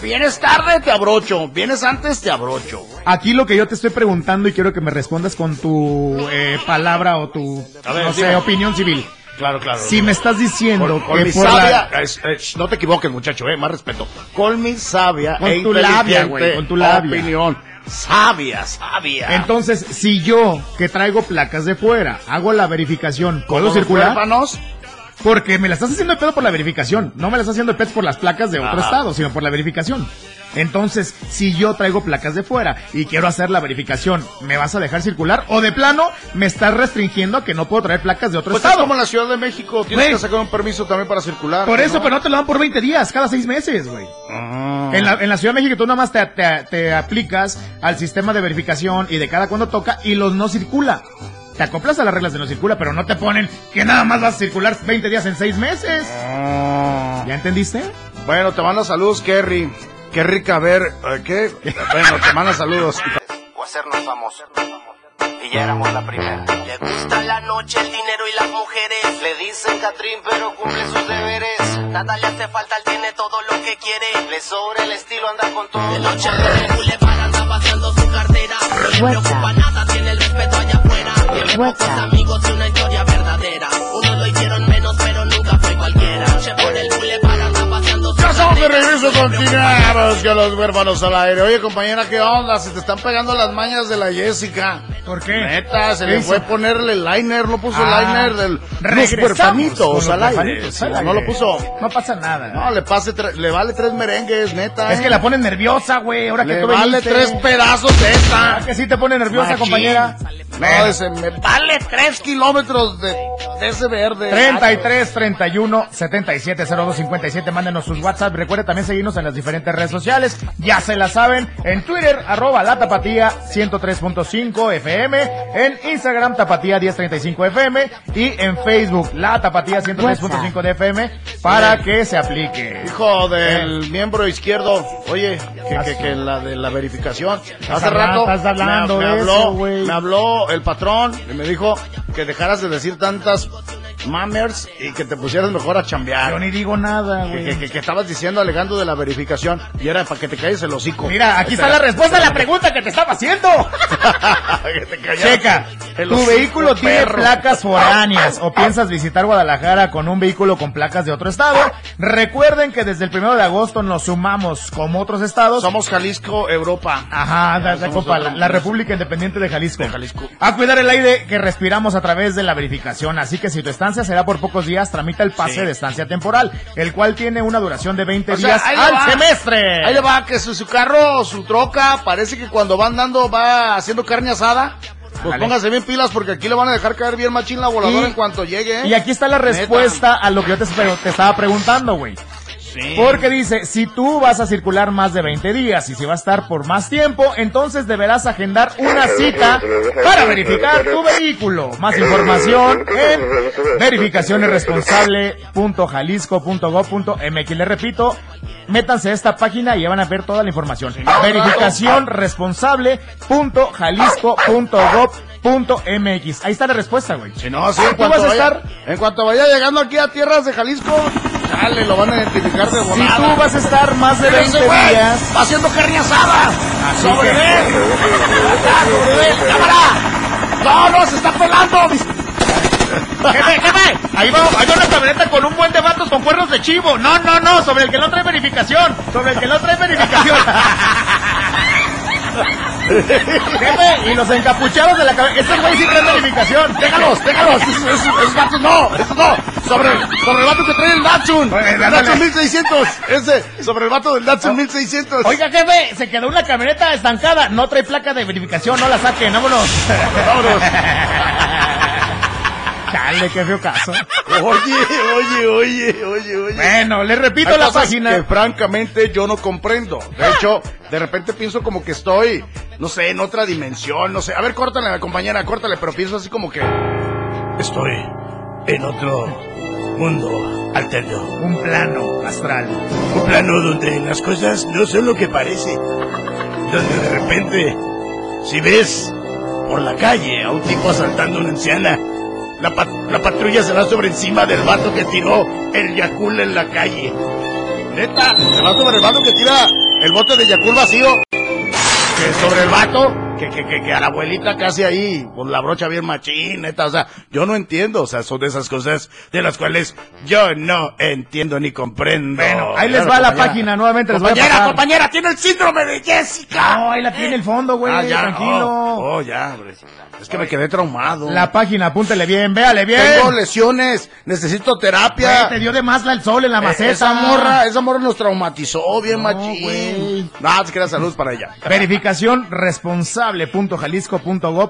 [SPEAKER 6] vienes tarde, te abrocho. Vienes antes, te abrocho.
[SPEAKER 5] Aquí lo que yo te estoy preguntando y quiero que me respondas con tu eh, palabra o tu
[SPEAKER 6] A ver,
[SPEAKER 5] no sé,
[SPEAKER 6] dime.
[SPEAKER 5] opinión civil.
[SPEAKER 6] Claro, claro.
[SPEAKER 5] Si me estás diciendo
[SPEAKER 6] Con, con
[SPEAKER 5] que
[SPEAKER 6] mi
[SPEAKER 5] por la-
[SPEAKER 6] sabia, es- es- no te equivoques muchacho, eh, más respeto. Con mi sabia
[SPEAKER 5] Con
[SPEAKER 6] e
[SPEAKER 5] tu labia,
[SPEAKER 6] inteligente
[SPEAKER 5] güey, con tu labia.
[SPEAKER 6] opinión, sabia, sabia.
[SPEAKER 5] entonces, si yo que traigo placas de fuera hago la verificación, ¿puedo
[SPEAKER 6] Con los
[SPEAKER 5] circular?
[SPEAKER 6] huérfanos,
[SPEAKER 5] Porque me la estás haciendo de pedo por la verificación. No me la estás haciendo de pedo por las placas de otro
[SPEAKER 6] Ajá.
[SPEAKER 5] estado, sino por la verificación. Entonces, si yo traigo placas de fuera y quiero hacer la verificación, ¿me vas a dejar circular? O de plano, me estás restringiendo a que no puedo traer placas de otro
[SPEAKER 6] Pues es
[SPEAKER 5] estado.
[SPEAKER 6] como en la Ciudad de México, tienes
[SPEAKER 5] Güey.
[SPEAKER 6] que sacar un permiso también para circular.
[SPEAKER 5] Por eso,
[SPEAKER 6] ¿no? Ah.
[SPEAKER 5] pero no te lo dan por 20 días, cada seis meses, güey. En, la, en la Ciudad de México tú nada más te, te- te aplicas al sistema de verificación y de cada cuando toca y los no circula. Te acoplas a las reglas de no circula, pero no te ponen que nada más vas a circular 20 días en seis meses.
[SPEAKER 6] Ah.
[SPEAKER 5] ¿Ya entendiste?
[SPEAKER 6] Bueno, te manda saludos, Kerry. Qué rica ver, eh, ¿qué? Bueno, te manda saludos.
[SPEAKER 9] o hacernos famosos.
[SPEAKER 8] y ya éramos la primera. Le gusta la noche, el dinero y las mujeres. Le dicen Catrín, pero cumple sus deberes. Nada le hace falta, él tiene todo lo que quiere. Le sobra el estilo, anda con todo. De noche en el bulevar anda paseando su cartera. No le preocupa nada, tiene el respeto allá afuera. Tiene pocos amigos y una historia verdadera. Uno lo hicieron menos, pero nunca fue cualquiera. Noche por el bulevar anda paseando su
[SPEAKER 6] Ya estamos de
[SPEAKER 8] cartera.
[SPEAKER 6] regreso
[SPEAKER 8] No
[SPEAKER 6] con
[SPEAKER 8] le
[SPEAKER 6] Tinaros, que los huérfanos al aire. Oye, compañera, ¿qué onda? Se te están pegando las mañas de la Jessica.
[SPEAKER 5] ¿Por qué? Ah,
[SPEAKER 6] Neta, se
[SPEAKER 5] ¿Qué
[SPEAKER 6] le
[SPEAKER 5] hizo?
[SPEAKER 6] fue ponerle el liner, no puso
[SPEAKER 5] Ah.
[SPEAKER 6] el liner del
[SPEAKER 5] Regresamos con
[SPEAKER 6] huérfanitos
[SPEAKER 5] los
[SPEAKER 6] al aire.
[SPEAKER 5] huérfanitos
[SPEAKER 6] Sí,
[SPEAKER 5] al
[SPEAKER 6] no
[SPEAKER 5] aire.
[SPEAKER 6] lo puso.
[SPEAKER 5] No pasa nada.
[SPEAKER 6] No, le, pase tre- le vale tres merengues, neta.
[SPEAKER 5] Es
[SPEAKER 6] ¿eh?
[SPEAKER 5] que la pones nerviosa, güey. Ahora que
[SPEAKER 6] le
[SPEAKER 5] tú
[SPEAKER 6] vale
[SPEAKER 5] viniste.
[SPEAKER 6] tres pedazos de esta.
[SPEAKER 5] Ah, que sí te pone nerviosa,
[SPEAKER 6] Machín.
[SPEAKER 5] compañera.
[SPEAKER 6] No, ese me vale tres kilómetros de, de ese verde.
[SPEAKER 5] 33 31 77 02 57. Mándenos sus WhatsApp. Recuerde también seguirnos en las diferentes redes sociales. Ya se la saben. En Twitter, arroba la tapatía 103.5 FM. En Instagram, tapatía 1035 FM. Y en Facebook, la tapatía 103.5 de FM. Para que se aplique.
[SPEAKER 6] Hijo del miembro izquierdo, oye, que, que, que la de la verificación. Hace rato
[SPEAKER 5] habla- estás hablando
[SPEAKER 6] me, me
[SPEAKER 5] de
[SPEAKER 6] habló,
[SPEAKER 5] eso, güey.
[SPEAKER 6] me habló el patrón y me dijo que dejaras de decir tantas mamers y que te pusieras mejor a
[SPEAKER 5] Yo
[SPEAKER 6] chambear.
[SPEAKER 5] ni digo nada,
[SPEAKER 6] Que,
[SPEAKER 5] güey.
[SPEAKER 6] que- que- que estabas diciendo, alegando de la verificación y era para que te calles el hocico.
[SPEAKER 5] Mira, aquí está la respuesta a la pregunta que te estaba haciendo.
[SPEAKER 6] Que te callaras
[SPEAKER 5] Checa,
[SPEAKER 6] el
[SPEAKER 5] tu
[SPEAKER 6] hocico,
[SPEAKER 5] vehículo tiene
[SPEAKER 6] perro.
[SPEAKER 5] placas foráneas o piensas visitar Guadalajara con un vehículo con placas de otro estado. Recuerden que desde el primero de agosto nos sumamos como otros estados.
[SPEAKER 6] Somos Jalisco, Europa.
[SPEAKER 5] Ajá, da- da
[SPEAKER 6] somos
[SPEAKER 5] copa, la,
[SPEAKER 6] otro-
[SPEAKER 5] la República Independiente de Jalisco.
[SPEAKER 6] De Jalisco.
[SPEAKER 5] A cuidar el aire que respiramos a través de la verificación. Así que si tu estancia será por pocos días, tramita el pase de estancia temporal, el cual tiene una duración de 20
[SPEAKER 6] O sea,
[SPEAKER 5] días
[SPEAKER 6] ahí le
[SPEAKER 5] al
[SPEAKER 6] va.
[SPEAKER 5] semestre.
[SPEAKER 6] Ahí le va, que su, su carro, su troca, parece que cuando va andando va haciendo carne asada. Pues
[SPEAKER 5] Ándale.
[SPEAKER 6] póngase bien pilas porque aquí le van a dejar caer bien machín la voladora
[SPEAKER 5] Y-
[SPEAKER 6] en cuanto llegue. ¿eh?
[SPEAKER 5] Y aquí está la
[SPEAKER 6] Neta.
[SPEAKER 5] respuesta a lo que yo te, te estaba preguntando, güey. Porque dice, si tú vas a circular más de 20 días y si vas a estar por más tiempo, entonces deberás agendar una cita para verificar tu vehículo. Más información en verificacionesresponsable.jalisco.gov.mx. Le repito, métanse a esta página y ya van a ver toda la información. Verificacionresponsable.jalisco.gov.mx. Ahí está la respuesta, güey.
[SPEAKER 6] Si no, sí, en
[SPEAKER 5] ¿Tú
[SPEAKER 6] cuanto,
[SPEAKER 5] vas a
[SPEAKER 6] vaya,
[SPEAKER 5] estar?
[SPEAKER 6] en cuanto vaya llegando aquí a tierras de Jalisco, dale, lo van a identificar de
[SPEAKER 5] Si
[SPEAKER 6] volada.
[SPEAKER 5] tú vas a estar más de
[SPEAKER 6] Pero
[SPEAKER 5] 20
[SPEAKER 6] ese güey
[SPEAKER 5] días...
[SPEAKER 6] va haciendo carne asada. sobre
[SPEAKER 5] que-
[SPEAKER 6] él. Ah, sobre él. Cámara. No, no, se está pelando.
[SPEAKER 5] Jefe, jefe, ahí va, ahí va una camioneta con un buen de vatos con cuernos de chivo. No, no, no, sobre el que no trae verificación, sobre el que no trae verificación. Jefe, y los encapuchados de la cabeza, estos güeyes sí traen verificación.
[SPEAKER 6] Déjalos, déjalos. Es, es, es vato, no, eso no. Sobre, sobre el vato que trae el Datsun.
[SPEAKER 5] Oye,
[SPEAKER 6] El
[SPEAKER 5] ándale. Oh.
[SPEAKER 6] Datsun 1600. Ese, sobre el vato del Datsun 1600.
[SPEAKER 5] Oiga, jefe, se quedó una camioneta estancada, no trae placa de verificación, no la saquen, vámonos.
[SPEAKER 6] Vámonos.
[SPEAKER 5] Chale, qué feo caso.
[SPEAKER 6] Oye, oye, oye, oye, oye.
[SPEAKER 5] Bueno, les repito
[SPEAKER 6] Hay
[SPEAKER 5] la
[SPEAKER 6] cosas
[SPEAKER 5] página. Ah.
[SPEAKER 6] que francamente yo no comprendo. De hecho, de repente pienso como que estoy, no sé, en otra dimensión, no sé. A ver, córtale, a la compañera, córtale, pero pienso así como que estoy en otro mundo alterno.
[SPEAKER 5] Un plano astral.
[SPEAKER 6] Un plano donde las cosas no son lo que parece. Donde de repente, si ves por la calle a un tipo asaltando a una anciana, la, pat- la patrulla se va sobre encima del vato que tiró el Yakul en la calle. Neta, se va sobre el vato que tira el bote de Yakul vacío. Que sobre el vato, que, que, que, que a la abuelita casi ahí, con la brocha bien machín, neta. O sea, yo no entiendo. O sea, son de esas cosas de las cuales yo no entiendo ni comprendo.
[SPEAKER 5] Bueno, ahí les va la
[SPEAKER 6] Compañera.
[SPEAKER 5] página, nuevamente les voy a
[SPEAKER 6] Compañera,
[SPEAKER 5] pasar.
[SPEAKER 6] compañera, tiene el síndrome de Jessica.
[SPEAKER 5] No, ahí la tiene el fondo, güey,
[SPEAKER 6] Ah, ya,
[SPEAKER 5] tranquilo.
[SPEAKER 6] Oh, oh, ya, hombre. Es que me quedé traumado.
[SPEAKER 5] La página, apúntele bien, véale bien.
[SPEAKER 6] Tengo lesiones, necesito terapia.
[SPEAKER 5] Güey, te dio de más la- el sol en la
[SPEAKER 6] Eh,
[SPEAKER 5] maceta.
[SPEAKER 6] Esa morra, esa morra nos traumatizó bien machín.
[SPEAKER 5] güey.
[SPEAKER 6] Nada, te queda salud para ella.
[SPEAKER 5] Verificación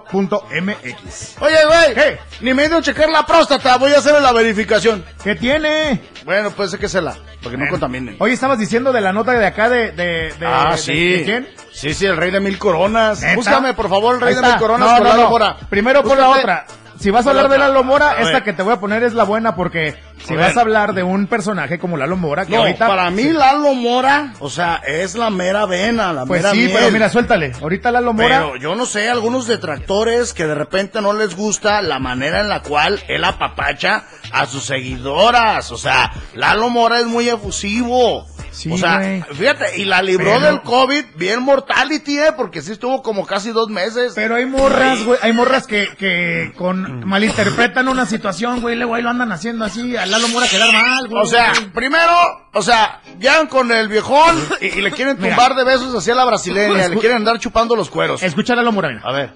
[SPEAKER 5] responsable.jalisco.gov.mx.
[SPEAKER 6] Oye, güey,
[SPEAKER 5] ¿Qué?
[SPEAKER 6] ni me he ido a checar la próstata, voy a hacer la verificación.
[SPEAKER 5] ¿Qué tiene?
[SPEAKER 6] Bueno, pues sé que se la, porque no contaminen.
[SPEAKER 5] Hoy estabas diciendo de la nota de acá de. de, de-
[SPEAKER 6] ah,
[SPEAKER 5] de-
[SPEAKER 6] sí.
[SPEAKER 5] de quién?
[SPEAKER 6] Sí, sí, el rey de mil coronas.
[SPEAKER 5] ¿Neta?
[SPEAKER 6] Búscame, por favor, el
[SPEAKER 5] Ahí
[SPEAKER 6] rey de
[SPEAKER 5] está.
[SPEAKER 6] mil coronas
[SPEAKER 5] No,
[SPEAKER 6] con
[SPEAKER 5] no,
[SPEAKER 6] Lalo
[SPEAKER 5] no.
[SPEAKER 6] Mora.
[SPEAKER 5] Primero por la
[SPEAKER 6] Búscate
[SPEAKER 5] otra. si vas a hablar de Lalo Mora, esta que te voy a poner es la buena porque si vas a hablar de un personaje como Lalo Mora, que
[SPEAKER 6] No,
[SPEAKER 5] ahorita...
[SPEAKER 6] para mí Lalo Mora, o sea, es la mera vena, la
[SPEAKER 5] Pues
[SPEAKER 6] mera
[SPEAKER 5] sí,
[SPEAKER 6] miel.
[SPEAKER 5] pero mira, suéltale. Ahorita Lalo Mora...
[SPEAKER 6] Pero yo no sé, algunos detractores que de repente no les gusta la manera en la cual él apapacha a sus seguidoras. O sea, Lalo Mora es muy efusivo.
[SPEAKER 5] Sí,
[SPEAKER 6] o sea,
[SPEAKER 5] güey.
[SPEAKER 6] fíjate, y la libró
[SPEAKER 5] Pero-
[SPEAKER 6] del COVID bien mortality, ¿eh? Porque sí estuvo como casi dos meses.
[SPEAKER 5] Pero hay morras, güey, hay morras que, que
[SPEAKER 6] Mm.
[SPEAKER 5] con malinterpretan una situación, güey, luego ahí lo andan haciendo así, a Lalo Mora quedar mal, güey.
[SPEAKER 6] O sea, primero, o sea, llegan con el viejón y, y le quieren
[SPEAKER 5] Mira.
[SPEAKER 6] tumbar de besos hacia la brasileña, le
[SPEAKER 5] Escu-
[SPEAKER 6] quieren andar chupando los cueros.
[SPEAKER 5] escucha a Lalo Mora, mira.
[SPEAKER 6] A ver.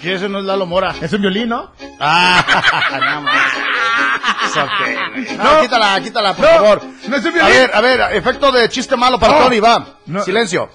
[SPEAKER 6] ¿Qué ese no es Lalo Mora?
[SPEAKER 5] Es un violín, ¿no?
[SPEAKER 6] Ah, nada más. Es ok. No,
[SPEAKER 5] No.
[SPEAKER 6] quítala, quítala, por
[SPEAKER 5] No,
[SPEAKER 6] favor.
[SPEAKER 5] no es un
[SPEAKER 6] a
[SPEAKER 5] violín.
[SPEAKER 6] ver, a ver, efecto de chiste malo para
[SPEAKER 5] No.
[SPEAKER 6] Tony, va.
[SPEAKER 5] No.
[SPEAKER 6] Silencio.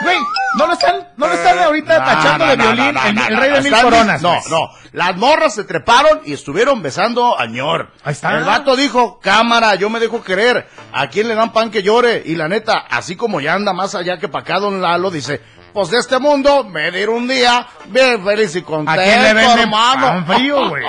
[SPEAKER 5] Güey, no lo están, no lo están ahorita tachando de
[SPEAKER 6] Eh. no, no,
[SPEAKER 5] violín
[SPEAKER 6] no,
[SPEAKER 5] el,
[SPEAKER 6] no,
[SPEAKER 5] el
[SPEAKER 6] no,
[SPEAKER 5] rey de
[SPEAKER 6] no,
[SPEAKER 5] mil
[SPEAKER 6] están-
[SPEAKER 5] coronas. pues.
[SPEAKER 6] No,
[SPEAKER 5] güey.
[SPEAKER 6] no. Las morras se treparon y estuvieron besando a ñor.
[SPEAKER 5] Ahí está.
[SPEAKER 6] El vato dijo, cámara, yo me dejo querer. ¿A quién le dan pan que llore? Y la neta, así como ya anda más allá que para acá, don Lalo dice... Pues de este mundo, me diré un día, bien feliz y
[SPEAKER 5] ¿A
[SPEAKER 6] contento,
[SPEAKER 5] quién le venden
[SPEAKER 6] hermano.
[SPEAKER 5] pan frío, güey?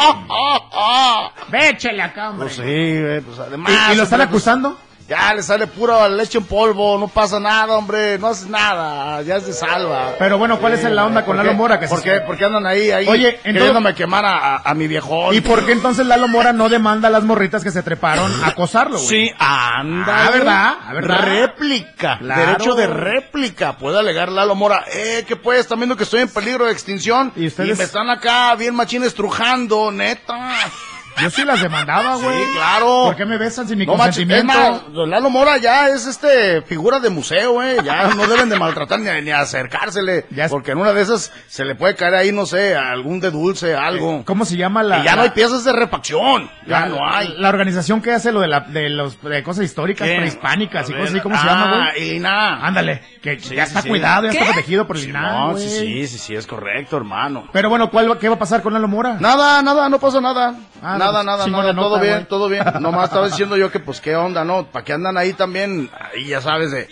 [SPEAKER 6] Véchele acá, Pues sí, güey, pues además.
[SPEAKER 5] ¿Y, y lo están
[SPEAKER 6] hombre, pues,
[SPEAKER 5] acusando?
[SPEAKER 6] Ya le sale pura leche en polvo, no pasa nada, hombre, no hace nada, ya se salva.
[SPEAKER 5] Pero bueno, ¿cuál es la onda con
[SPEAKER 6] ¿Por
[SPEAKER 5] Lalo
[SPEAKER 6] qué?
[SPEAKER 5] Mora? Que se-
[SPEAKER 6] ¿Por qué? ¿Por qué andan ahí, ahí
[SPEAKER 5] Oye, entonces-
[SPEAKER 6] queriéndome quemar a, a- a mi viejón?
[SPEAKER 5] ¿Y por qué entonces Lalo Mora no demanda a las morritas que se treparon a acosarlo, güey?
[SPEAKER 6] Sí, anda.
[SPEAKER 5] Ah, ¿verdad? Ah, ¿verdad?
[SPEAKER 6] Réplica.
[SPEAKER 5] Claro.
[SPEAKER 6] Derecho de réplica. Puede alegar Lalo Mora. Eh, que pues, están viendo que estoy en peligro de extinción.
[SPEAKER 5] ¿Y ustedes?
[SPEAKER 6] me están acá bien machines trujando, neta.
[SPEAKER 5] Yo sí las demandaba,
[SPEAKER 6] Sí,
[SPEAKER 5] güey.
[SPEAKER 6] claro.
[SPEAKER 5] ¿Por qué me besan sin mi
[SPEAKER 6] No manches, es
[SPEAKER 5] consentimiento?
[SPEAKER 6] más, don Lalo Mora ya es este figura de museo, eh. Ya no deben de maltratar ni, ni acercársele.
[SPEAKER 5] Ya es-
[SPEAKER 6] Porque en una de esas se le puede caer ahí, no sé, algún de dulce, algo.
[SPEAKER 5] ¿Cómo se llama la...?
[SPEAKER 6] y ya no
[SPEAKER 5] la-
[SPEAKER 6] hay piezas de refacción. Ya
[SPEAKER 5] la-
[SPEAKER 6] no hay.
[SPEAKER 5] La organización que hace lo de, la, de, los, de cosas históricas
[SPEAKER 6] ¿Qué?
[SPEAKER 5] prehispánicas y
[SPEAKER 6] A
[SPEAKER 5] cosas
[SPEAKER 6] ver,
[SPEAKER 5] así, ¿cómo se llama,
[SPEAKER 6] Ah,
[SPEAKER 5] güey?
[SPEAKER 6] y nada.
[SPEAKER 5] Ándale, que ya está
[SPEAKER 6] sí.
[SPEAKER 5] cuidado, ya está protegido por el INAH,
[SPEAKER 6] No, sí,
[SPEAKER 5] güey.
[SPEAKER 6] sí, sí, sí, es correcto, hermano.
[SPEAKER 5] Pero bueno, ¿cuál, va- ¿qué va a pasar con Lalo Mora?
[SPEAKER 6] Nada, nada, no pasa nada.
[SPEAKER 5] Ah,
[SPEAKER 6] nada,
[SPEAKER 5] pues,
[SPEAKER 6] nada,
[SPEAKER 5] chingona
[SPEAKER 6] nada,
[SPEAKER 5] nota,
[SPEAKER 6] todo bien,
[SPEAKER 5] güey.
[SPEAKER 6] todo bien. Nomás estaba diciendo yo que pues qué onda, ¿no? ¿Para qué andan ahí también? Ahí ya sabes de...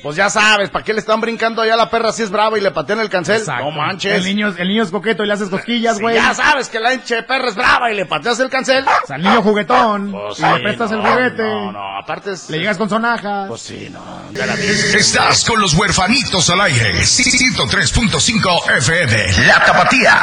[SPEAKER 6] Pues ya sabes, ¿para qué le están brincando allá a la perra si es brava y le patean el cancel?
[SPEAKER 5] Exacto.
[SPEAKER 6] pues, No manches.
[SPEAKER 5] El niño, el niño es coqueto y le haces cosquillas,
[SPEAKER 6] Si
[SPEAKER 5] güey.
[SPEAKER 6] ya sabes que la hinche perra es brava y le pateas el cancel.
[SPEAKER 5] O sea, el niño juguetón.
[SPEAKER 6] Pues
[SPEAKER 5] y le
[SPEAKER 6] sí,
[SPEAKER 5] prestas el
[SPEAKER 6] no,
[SPEAKER 5] juguete.
[SPEAKER 6] No, no, aparte es...
[SPEAKER 5] Le llegas con sonajas.
[SPEAKER 6] Pues sí, no.
[SPEAKER 3] Estás con los huerfanitos al aire. 103.5 FM. La tapatía.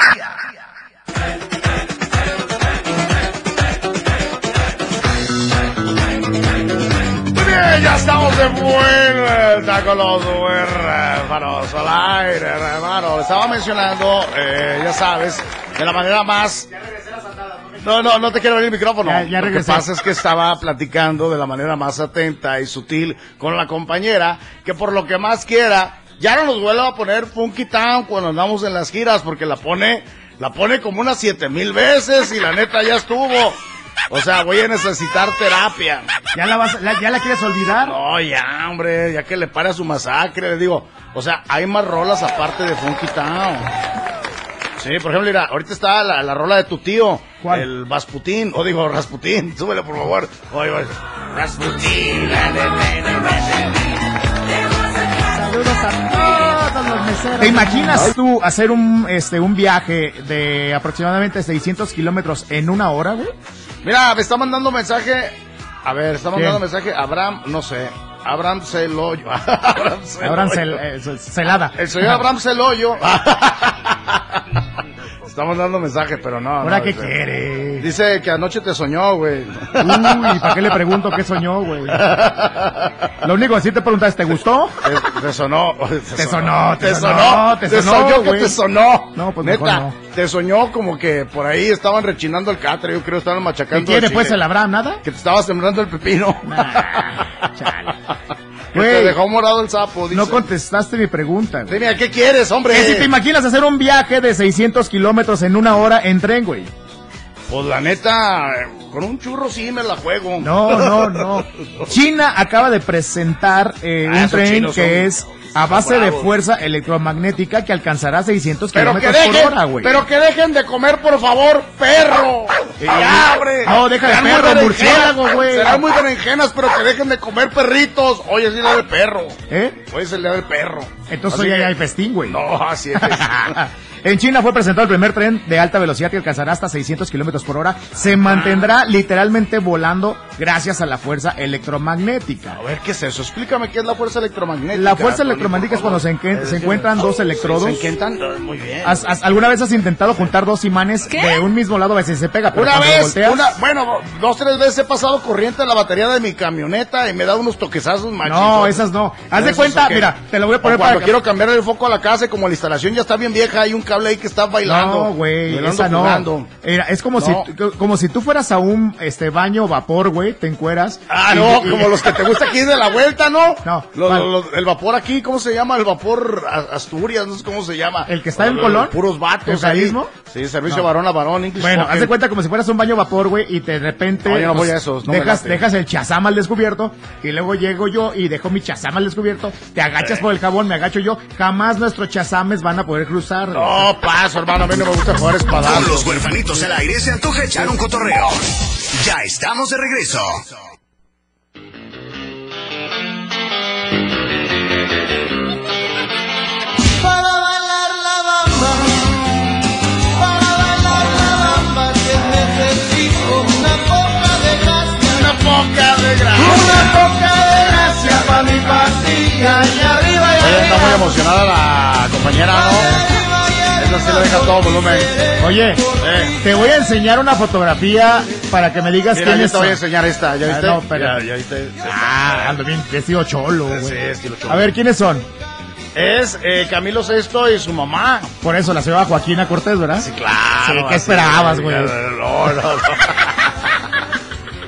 [SPEAKER 6] Muy bien, ya estamos de vuelta con los huérfanos al aire, hermano. Le estaba mencionando, eh, ya sabes, de la manera más... No, no, no te quiero abrir el micrófono.
[SPEAKER 5] Ya- ya
[SPEAKER 6] Lo que
[SPEAKER 5] regresé.
[SPEAKER 6] pasa es que estaba platicando de la manera más atenta y sutil con la compañera, que por lo que más quiera, ya no nos vuelva a poner Funky Town cuando andamos en las giras, porque la pone, la pone como unas siete mil veces y la neta ya estuvo. O sea, voy a necesitar terapia.
[SPEAKER 5] ¿Ya, la vas, la- ¿Ya la quieres olvidar?
[SPEAKER 6] No, ya, hombre, ya que le pare a su masacre, le digo. O sea, hay más rolas aparte de Funky Town. Sí, por ejemplo, mira, ahorita está la, la rola de tu tío,
[SPEAKER 5] ¿Cuál?
[SPEAKER 6] el Vasputín, o digo Rasputín, súbele por favor. Oye, oye. Rasputín, la, la, la, la, la, la.
[SPEAKER 5] Saludos a todos los meseros. ¿Te imaginas tú hacer un, este, un viaje de aproximadamente 600 kilómetros en una hora, güey?
[SPEAKER 6] Mira, me está mandando mensaje, a ver, está mandando
[SPEAKER 5] ¿Quién?
[SPEAKER 6] mensaje Abraham, no sé, Abraham Celoyo. Abraham Celoyo.
[SPEAKER 5] Ahora cel- eh, cel- celada.
[SPEAKER 6] El señor Abraham Celoyo. Estamos dando mensaje, pero no.
[SPEAKER 5] ¿Ahora
[SPEAKER 6] no,
[SPEAKER 5] qué
[SPEAKER 6] dice-
[SPEAKER 5] quiere?
[SPEAKER 6] Dice que anoche te soñó, güey.
[SPEAKER 5] Uy, ¿para qué le pregunto qué soñó, güey? Lo único que sí te preguntas, ¿te gustó?
[SPEAKER 6] Eh, Te, te sonó.
[SPEAKER 5] Te sonó, te sonó,
[SPEAKER 6] Te
[SPEAKER 5] te
[SPEAKER 6] sonó,
[SPEAKER 5] sonó,
[SPEAKER 6] soñó que
[SPEAKER 5] güey.
[SPEAKER 6] te sonó.
[SPEAKER 5] No, pues mejor
[SPEAKER 6] Neta,
[SPEAKER 5] no.
[SPEAKER 6] te soñó como que por ahí estaban rechinando el catre, yo creo, estaban
[SPEAKER 5] ¿Qué
[SPEAKER 6] machacando.
[SPEAKER 5] quiere,
[SPEAKER 6] el
[SPEAKER 5] pues,
[SPEAKER 6] chile.
[SPEAKER 5] el Abraham? ¿Nada?
[SPEAKER 6] Que te estaba sembrando el pepino.
[SPEAKER 5] Nah, chale.
[SPEAKER 6] que te
[SPEAKER 5] Güey.
[SPEAKER 6] dejó morado el sapo, dice.
[SPEAKER 5] No contestaste mi pregunta, güey.
[SPEAKER 6] Sí, mira, ¿qué quieres, hombre?
[SPEAKER 5] Que si te imaginas hacer un viaje de 600 kilómetros en una hora en tren, güey?
[SPEAKER 6] Pues la neta, eh, con un churro sí me la juego.
[SPEAKER 5] No, no, no. China acaba de presentar eh,
[SPEAKER 6] Ah,
[SPEAKER 5] un
[SPEAKER 6] esos
[SPEAKER 5] tren
[SPEAKER 6] chinos
[SPEAKER 5] que es
[SPEAKER 6] son-
[SPEAKER 5] a base de
[SPEAKER 6] Bravo.
[SPEAKER 5] fuerza electromagnética que alcanzará 600
[SPEAKER 6] Pero que
[SPEAKER 5] kilómetros
[SPEAKER 6] dejen,
[SPEAKER 5] por hora, güey.
[SPEAKER 6] pero que dejen de comer, por favor, perro.
[SPEAKER 5] Sí.
[SPEAKER 6] Ya, abre.
[SPEAKER 5] No, deja de
[SPEAKER 6] Serán muy
[SPEAKER 5] perro,
[SPEAKER 6] berenjenas,
[SPEAKER 5] murciélago, güey.
[SPEAKER 6] Serán muy berenjenas, pero que dejen de comer perritos. Hoy es el día del perro.
[SPEAKER 5] ¿Eh?
[SPEAKER 6] Hoy es el día del perro.
[SPEAKER 5] Entonces
[SPEAKER 6] Así
[SPEAKER 5] hoy
[SPEAKER 6] que-
[SPEAKER 5] hay festín, güey.
[SPEAKER 6] No, así es.
[SPEAKER 5] en China fue presentado el primer tren de alta velocidad que alcanzará hasta 600 kilómetros por hora. Se
[SPEAKER 6] Ah.
[SPEAKER 5] mantendrá literalmente volando gracias a la fuerza electromagnética.
[SPEAKER 6] A ver, ¿qué es eso? Explícame qué es la fuerza electromagnética.
[SPEAKER 5] La fuerza
[SPEAKER 6] Tony,
[SPEAKER 5] electromagnética es
[SPEAKER 6] por
[SPEAKER 5] cuando se,
[SPEAKER 6] favor.
[SPEAKER 5] enque- se encuentran dos
[SPEAKER 6] Se
[SPEAKER 5] electrodos.
[SPEAKER 6] encuentran. Muy bien.
[SPEAKER 5] ¿Has- has- alguna vez has intentado juntar dos imanes
[SPEAKER 1] ¿Qué?
[SPEAKER 5] de un mismo lado a veces se pega? pero
[SPEAKER 6] Una
[SPEAKER 5] cuando lo
[SPEAKER 6] vez,
[SPEAKER 5] volteas-
[SPEAKER 6] una, bueno, dos, tres veces he pasado corriente a la batería de mi camioneta y me da unos toquezazos machitos.
[SPEAKER 5] No, esas no. Haz de
[SPEAKER 6] ¿Esos
[SPEAKER 5] cuenta,
[SPEAKER 6] o qué?
[SPEAKER 5] mira, te lo voy a
[SPEAKER 6] O
[SPEAKER 5] poner
[SPEAKER 6] cuando
[SPEAKER 5] para
[SPEAKER 6] quiero cambiar el foco a la casa y como la instalación ya está bien vieja, hay un cable ahí que está bailando.
[SPEAKER 5] No, güey,
[SPEAKER 6] bailando,
[SPEAKER 5] esa no.
[SPEAKER 6] jugando.
[SPEAKER 5] Era- es como
[SPEAKER 6] No.
[SPEAKER 5] si tú- como si tú fueras a un este baño vapor, güey, te encueras.
[SPEAKER 6] Ah,
[SPEAKER 5] y-
[SPEAKER 6] no,
[SPEAKER 5] y-
[SPEAKER 6] como los que te gusta aquí de la vuelta, ¿no?
[SPEAKER 5] No,
[SPEAKER 6] Lo-
[SPEAKER 5] ¿cuál?
[SPEAKER 6] lo- el vapor aquí, ¿cómo se llama? El vapor a- Asturias, no sé cómo se llama.
[SPEAKER 5] ¿El que está en
[SPEAKER 6] Los
[SPEAKER 5] Colón?
[SPEAKER 6] Puros vatos ahí.
[SPEAKER 5] ¿Eucarismo?
[SPEAKER 6] Sí, servicio
[SPEAKER 5] No.
[SPEAKER 6] varón a varón, English
[SPEAKER 5] Bueno,
[SPEAKER 6] Spoken.
[SPEAKER 5] haz de cuenta como si fueras a un baño vapor, güey, y te- de repente
[SPEAKER 6] No, Ah, yo no voy a esos, no me
[SPEAKER 5] dejas,
[SPEAKER 6] late.
[SPEAKER 5] dejas el chazama al descubierto y luego llego yo y dejo mi chazama al descubierto, te agachas por el jabón, me agacho yo, jamás nuestros chazames van a poder cruzar.
[SPEAKER 6] No, paso, hermano, a mí no me gusta jugar espadazos.
[SPEAKER 3] Con los huerfanitos al aire se antoja echar un cotorreo. Ya estamos de regreso.
[SPEAKER 7] Para bailar la bamba, para bailar la bamba, te necesito una poca de gracia, una poca de gracia, una poca de gracia para mi pastilla y arriba y
[SPEAKER 6] Oye, está muy
[SPEAKER 7] arriba.
[SPEAKER 6] emocionada la compañera, ¿no? Esa sí le deja todo volumen.
[SPEAKER 5] Oye,
[SPEAKER 6] Eh.
[SPEAKER 5] te voy a enseñar una fotografía para que me digas
[SPEAKER 6] Mira,
[SPEAKER 5] quién
[SPEAKER 6] yo
[SPEAKER 5] es.
[SPEAKER 6] te voy a enseñar esta, ¿ya
[SPEAKER 5] Ah,
[SPEAKER 6] viste?
[SPEAKER 5] no, pero-
[SPEAKER 6] Ya, ya viste.
[SPEAKER 5] Ah, ando bien vestido cholo, güey.
[SPEAKER 6] Sí, estilo cholo.
[SPEAKER 5] A ver, ¿quiénes son?
[SPEAKER 6] Es eh, Camilo Sexto y su mamá.
[SPEAKER 5] Por eso, la señora Joaquina Cortés, ¿verdad? Sí,
[SPEAKER 6] claro.
[SPEAKER 5] ¿Qué esperabas, güey?
[SPEAKER 6] No, no, no.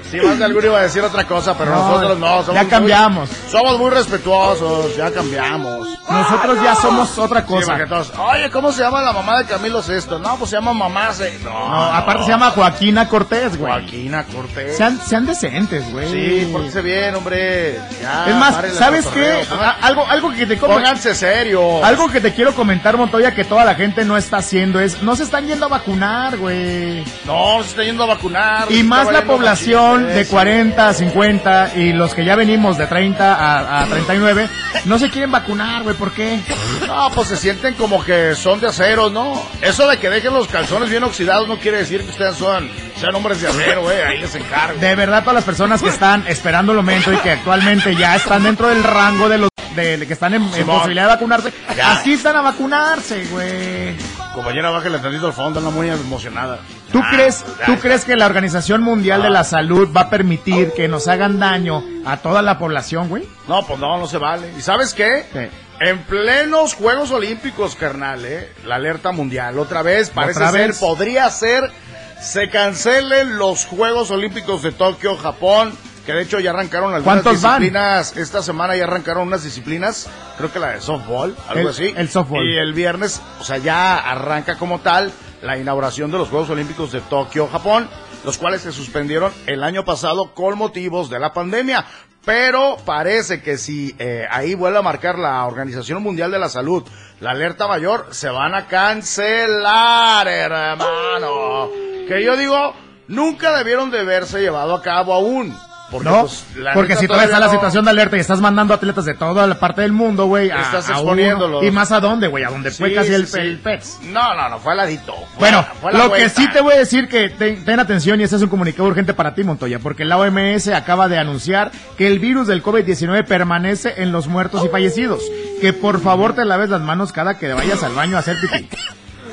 [SPEAKER 6] Sí, más de alguno iba a decir otra cosa, pero
[SPEAKER 5] No,
[SPEAKER 6] nosotros no. Somos
[SPEAKER 5] ya
[SPEAKER 6] muy-
[SPEAKER 5] cambiamos.
[SPEAKER 6] somos muy respetuosos, ya cambiamos.
[SPEAKER 5] Nosotros ya somos otra
[SPEAKER 6] Ah. Sí,
[SPEAKER 5] cosa.
[SPEAKER 6] porque todos, Oye, ¿cómo se llama la mamá de Camilo Sexto? No, pues se llama mamá. Se... No,
[SPEAKER 5] No, aparte se llama Joaquina Cortés, güey.
[SPEAKER 6] Joaquina Cortés.
[SPEAKER 5] Sean, sean decentes, güey.
[SPEAKER 6] Sí, pórtense bien, hombre. Ya,
[SPEAKER 5] Es más,
[SPEAKER 6] paren el
[SPEAKER 5] ¿sabes
[SPEAKER 6] cotorreo.
[SPEAKER 5] qué? A- Algo, algo que te como-
[SPEAKER 6] Pónganse serio.
[SPEAKER 5] Algo que te quiero comentar, Montoya, que toda la gente no está haciendo es, no se están yendo a vacunar, güey.
[SPEAKER 6] No, se está yendo a vacunar.
[SPEAKER 5] Y
[SPEAKER 6] se
[SPEAKER 5] más
[SPEAKER 6] está
[SPEAKER 5] la
[SPEAKER 6] valiendo
[SPEAKER 5] población
[SPEAKER 6] machín,
[SPEAKER 5] de
[SPEAKER 6] sí.
[SPEAKER 5] 40 a 50 y los que ya venimos de 30 a, a 39, no se quieren vacunar, güey, ¿por qué?
[SPEAKER 6] No, pues se sienten como que son de acero, ¿no? Eso de que dejen los calzones bien oxidados no quiere decir que ustedes son, sean hombres de acero, güey. Ahí les encargo.
[SPEAKER 5] De verdad, todas las personas que están esperando el momento y que actualmente ya están dentro del rango de los de, de que están en, en
[SPEAKER 6] Simón.
[SPEAKER 5] posibilidad de vacunarse,
[SPEAKER 6] Ya.
[SPEAKER 5] asistan a vacunarse, güey.
[SPEAKER 6] Compañera, bájale tantito al fondo, no muy emocionada.
[SPEAKER 5] ¿Tú
[SPEAKER 6] Ah,
[SPEAKER 5] crees,
[SPEAKER 6] ya. Ah.
[SPEAKER 5] tú crees que la Organización Mundial de la Salud va a permitir que nos hagan daño a toda la población, güey?
[SPEAKER 6] No, pues no, no se vale. ¿Y sabes qué?
[SPEAKER 5] ¿Qué?
[SPEAKER 6] En plenos Juegos Olímpicos, carnal, ¿eh? La alerta mundial. Otra vez, parece
[SPEAKER 5] ¿Otra
[SPEAKER 6] ser,
[SPEAKER 5] vez?
[SPEAKER 6] podría ser, se cancelen los Juegos Olímpicos de Tokio, Japón. Que de hecho ya arrancaron algunas
[SPEAKER 5] ¿Cuántos van?
[SPEAKER 6] disciplinas. Esta semana ya arrancaron unas disciplinas. Creo que la de softball, algo
[SPEAKER 5] El-
[SPEAKER 6] así.
[SPEAKER 5] el softball.
[SPEAKER 6] Y el viernes, o sea, ya arranca como tal la inauguración de los Juegos Olímpicos de Tokio, Japón, los cuales se suspendieron el año pasado con motivos de la pandemia. Pero parece que si eh, ahí vuelve a marcar la Organización Mundial de la Salud la alerta mayor, se van a cancelar, hermano. Que yo digo, nunca debieron de verse llevado a cabo aún. Porque,
[SPEAKER 5] ¿No?
[SPEAKER 6] pues, la
[SPEAKER 5] Porque
[SPEAKER 6] neta
[SPEAKER 5] si todavía está la
[SPEAKER 6] no-
[SPEAKER 5] situación de alerta y estás mandando atletas de toda la parte del mundo, güey, a,
[SPEAKER 6] Estás
[SPEAKER 5] a uno.
[SPEAKER 6] exponiéndolos.
[SPEAKER 5] y más a dónde, güey, a donde fue
[SPEAKER 6] Sí,
[SPEAKER 5] casi
[SPEAKER 6] sí,
[SPEAKER 5] el,
[SPEAKER 6] sí.
[SPEAKER 5] el E PEX.
[SPEAKER 6] No, no, no, fue aladito.
[SPEAKER 5] Bueno, lo que sí te voy a decir que ten, ten atención y este es un comunicado urgente para ti, Montoya, porque la OMS acaba de anunciar que el virus del COVID-19 permanece en los muertos y fallecidos. Que por favor te laves las manos cada que vayas al baño a hacer pipí.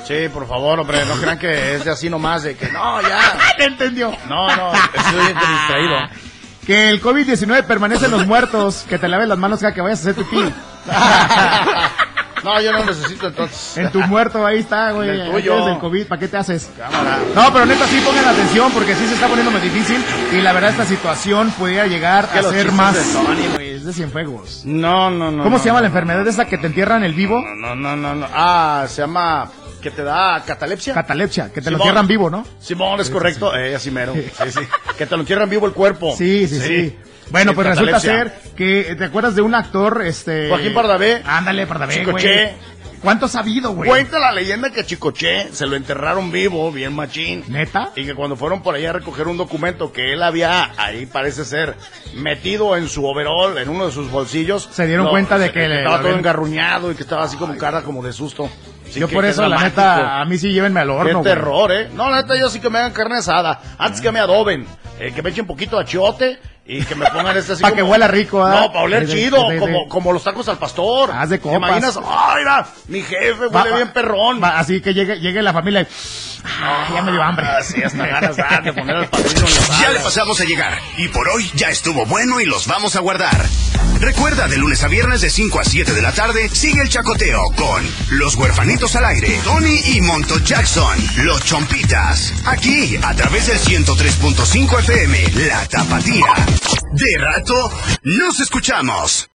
[SPEAKER 6] Sí, por favor, hombre, no crean que es de así nomás, de que no, ya.
[SPEAKER 5] ¿Te entendió?
[SPEAKER 6] No, no, estoy distraído.
[SPEAKER 5] Que el COVID-19 permanece en los muertos, que te laves las manos cada que vayas a hacer pipí.
[SPEAKER 6] No, yo no necesito entonces.
[SPEAKER 5] En tu muerto, ahí está, güey.
[SPEAKER 6] En el
[SPEAKER 5] Ahí
[SPEAKER 6] tuyo.
[SPEAKER 5] tienes el COVID, ¿para qué te haces?
[SPEAKER 6] Cámara.
[SPEAKER 5] No, pero neta, sí pongan atención porque sí se está poniendo más difícil y la verdad esta situación pudiera llegar
[SPEAKER 6] Que
[SPEAKER 5] a
[SPEAKER 6] los
[SPEAKER 5] ser
[SPEAKER 6] chistes
[SPEAKER 5] más...
[SPEAKER 6] de Sony,
[SPEAKER 5] güey, es de Cienfuegos.
[SPEAKER 6] No, no, no.
[SPEAKER 5] ¿Cómo
[SPEAKER 6] no,
[SPEAKER 5] se llama la
[SPEAKER 6] no,
[SPEAKER 5] enfermedad esa que te entierran el vivo?
[SPEAKER 6] No, no, no, no. Ah, se llama. ¿Que te da catalepsia?
[SPEAKER 5] Catalepsia, que te lo
[SPEAKER 6] Simón.
[SPEAKER 5] entierran vivo, ¿no?
[SPEAKER 6] Simón, es correcto. Eh, así mero. Sí, sí. Que te lo entierran vivo el cuerpo.
[SPEAKER 5] Sí, sí, sí. Bueno, pues resulta
[SPEAKER 6] Catalepsia.
[SPEAKER 5] ser que te acuerdas de un actor, este.
[SPEAKER 6] Joaquín Pardavé.
[SPEAKER 5] Ándale, Pardavé, güey.
[SPEAKER 6] Chicoche.
[SPEAKER 5] ¿Cuánto ha habido, güey?
[SPEAKER 6] Cuenta la leyenda que a Chicoche se lo enterraron vivo, bien machín.
[SPEAKER 5] ¿Neta?
[SPEAKER 6] Y que cuando fueron por allá a recoger un documento que él había, ahí parece ser, metido en su overall, en uno de sus bolsillos.
[SPEAKER 5] Se dieron cuenta de que le-
[SPEAKER 6] estaba
[SPEAKER 5] lo
[SPEAKER 6] todo
[SPEAKER 5] habían-
[SPEAKER 6] engarruñado y que estaba así como cara como de susto. Sí
[SPEAKER 5] Yo
[SPEAKER 6] que-
[SPEAKER 5] por
[SPEAKER 6] que
[SPEAKER 5] eso,
[SPEAKER 6] es
[SPEAKER 5] la
[SPEAKER 6] dramático.
[SPEAKER 5] neta, a mí sí llévenme al horno,
[SPEAKER 6] Qué
[SPEAKER 5] güey.
[SPEAKER 6] terror, ¿eh? No, la neta, yo sí que me hagan carne asada. Antes que me adoben, eh, que me echen poquito de achiote y que me pongan este así
[SPEAKER 5] Pa' que
[SPEAKER 6] como-
[SPEAKER 5] huela rico, ¿ah?
[SPEAKER 6] No, para oler
[SPEAKER 5] Sí, sí,
[SPEAKER 6] chido,
[SPEAKER 5] sí, sí.
[SPEAKER 6] como, como los tacos al pastor.
[SPEAKER 5] Haz de
[SPEAKER 6] ¿Te
[SPEAKER 5] copas.
[SPEAKER 6] imaginas? ¡Ay, mira! Mi jefe
[SPEAKER 5] Va-
[SPEAKER 6] huele bien perrón.
[SPEAKER 5] va- así que llegue, llegue la familia y. "Ah, ya me dio hambre.
[SPEAKER 6] Ah, sí, hasta ganas da de poner al padrino en la
[SPEAKER 9] Ya le
[SPEAKER 6] sala.
[SPEAKER 9] pasamos a llegar y por hoy ya estuvo bueno y los vamos a guardar. Recuerda, de lunes a viernes de 5 a 7 de la tarde, sigue el chacoteo con Los Huerfanitos al Aire, Tony y Monto Jackson, Los Chompitas, aquí a través del 103.5 FM, La Tapatía. De rato, nos escuchamos.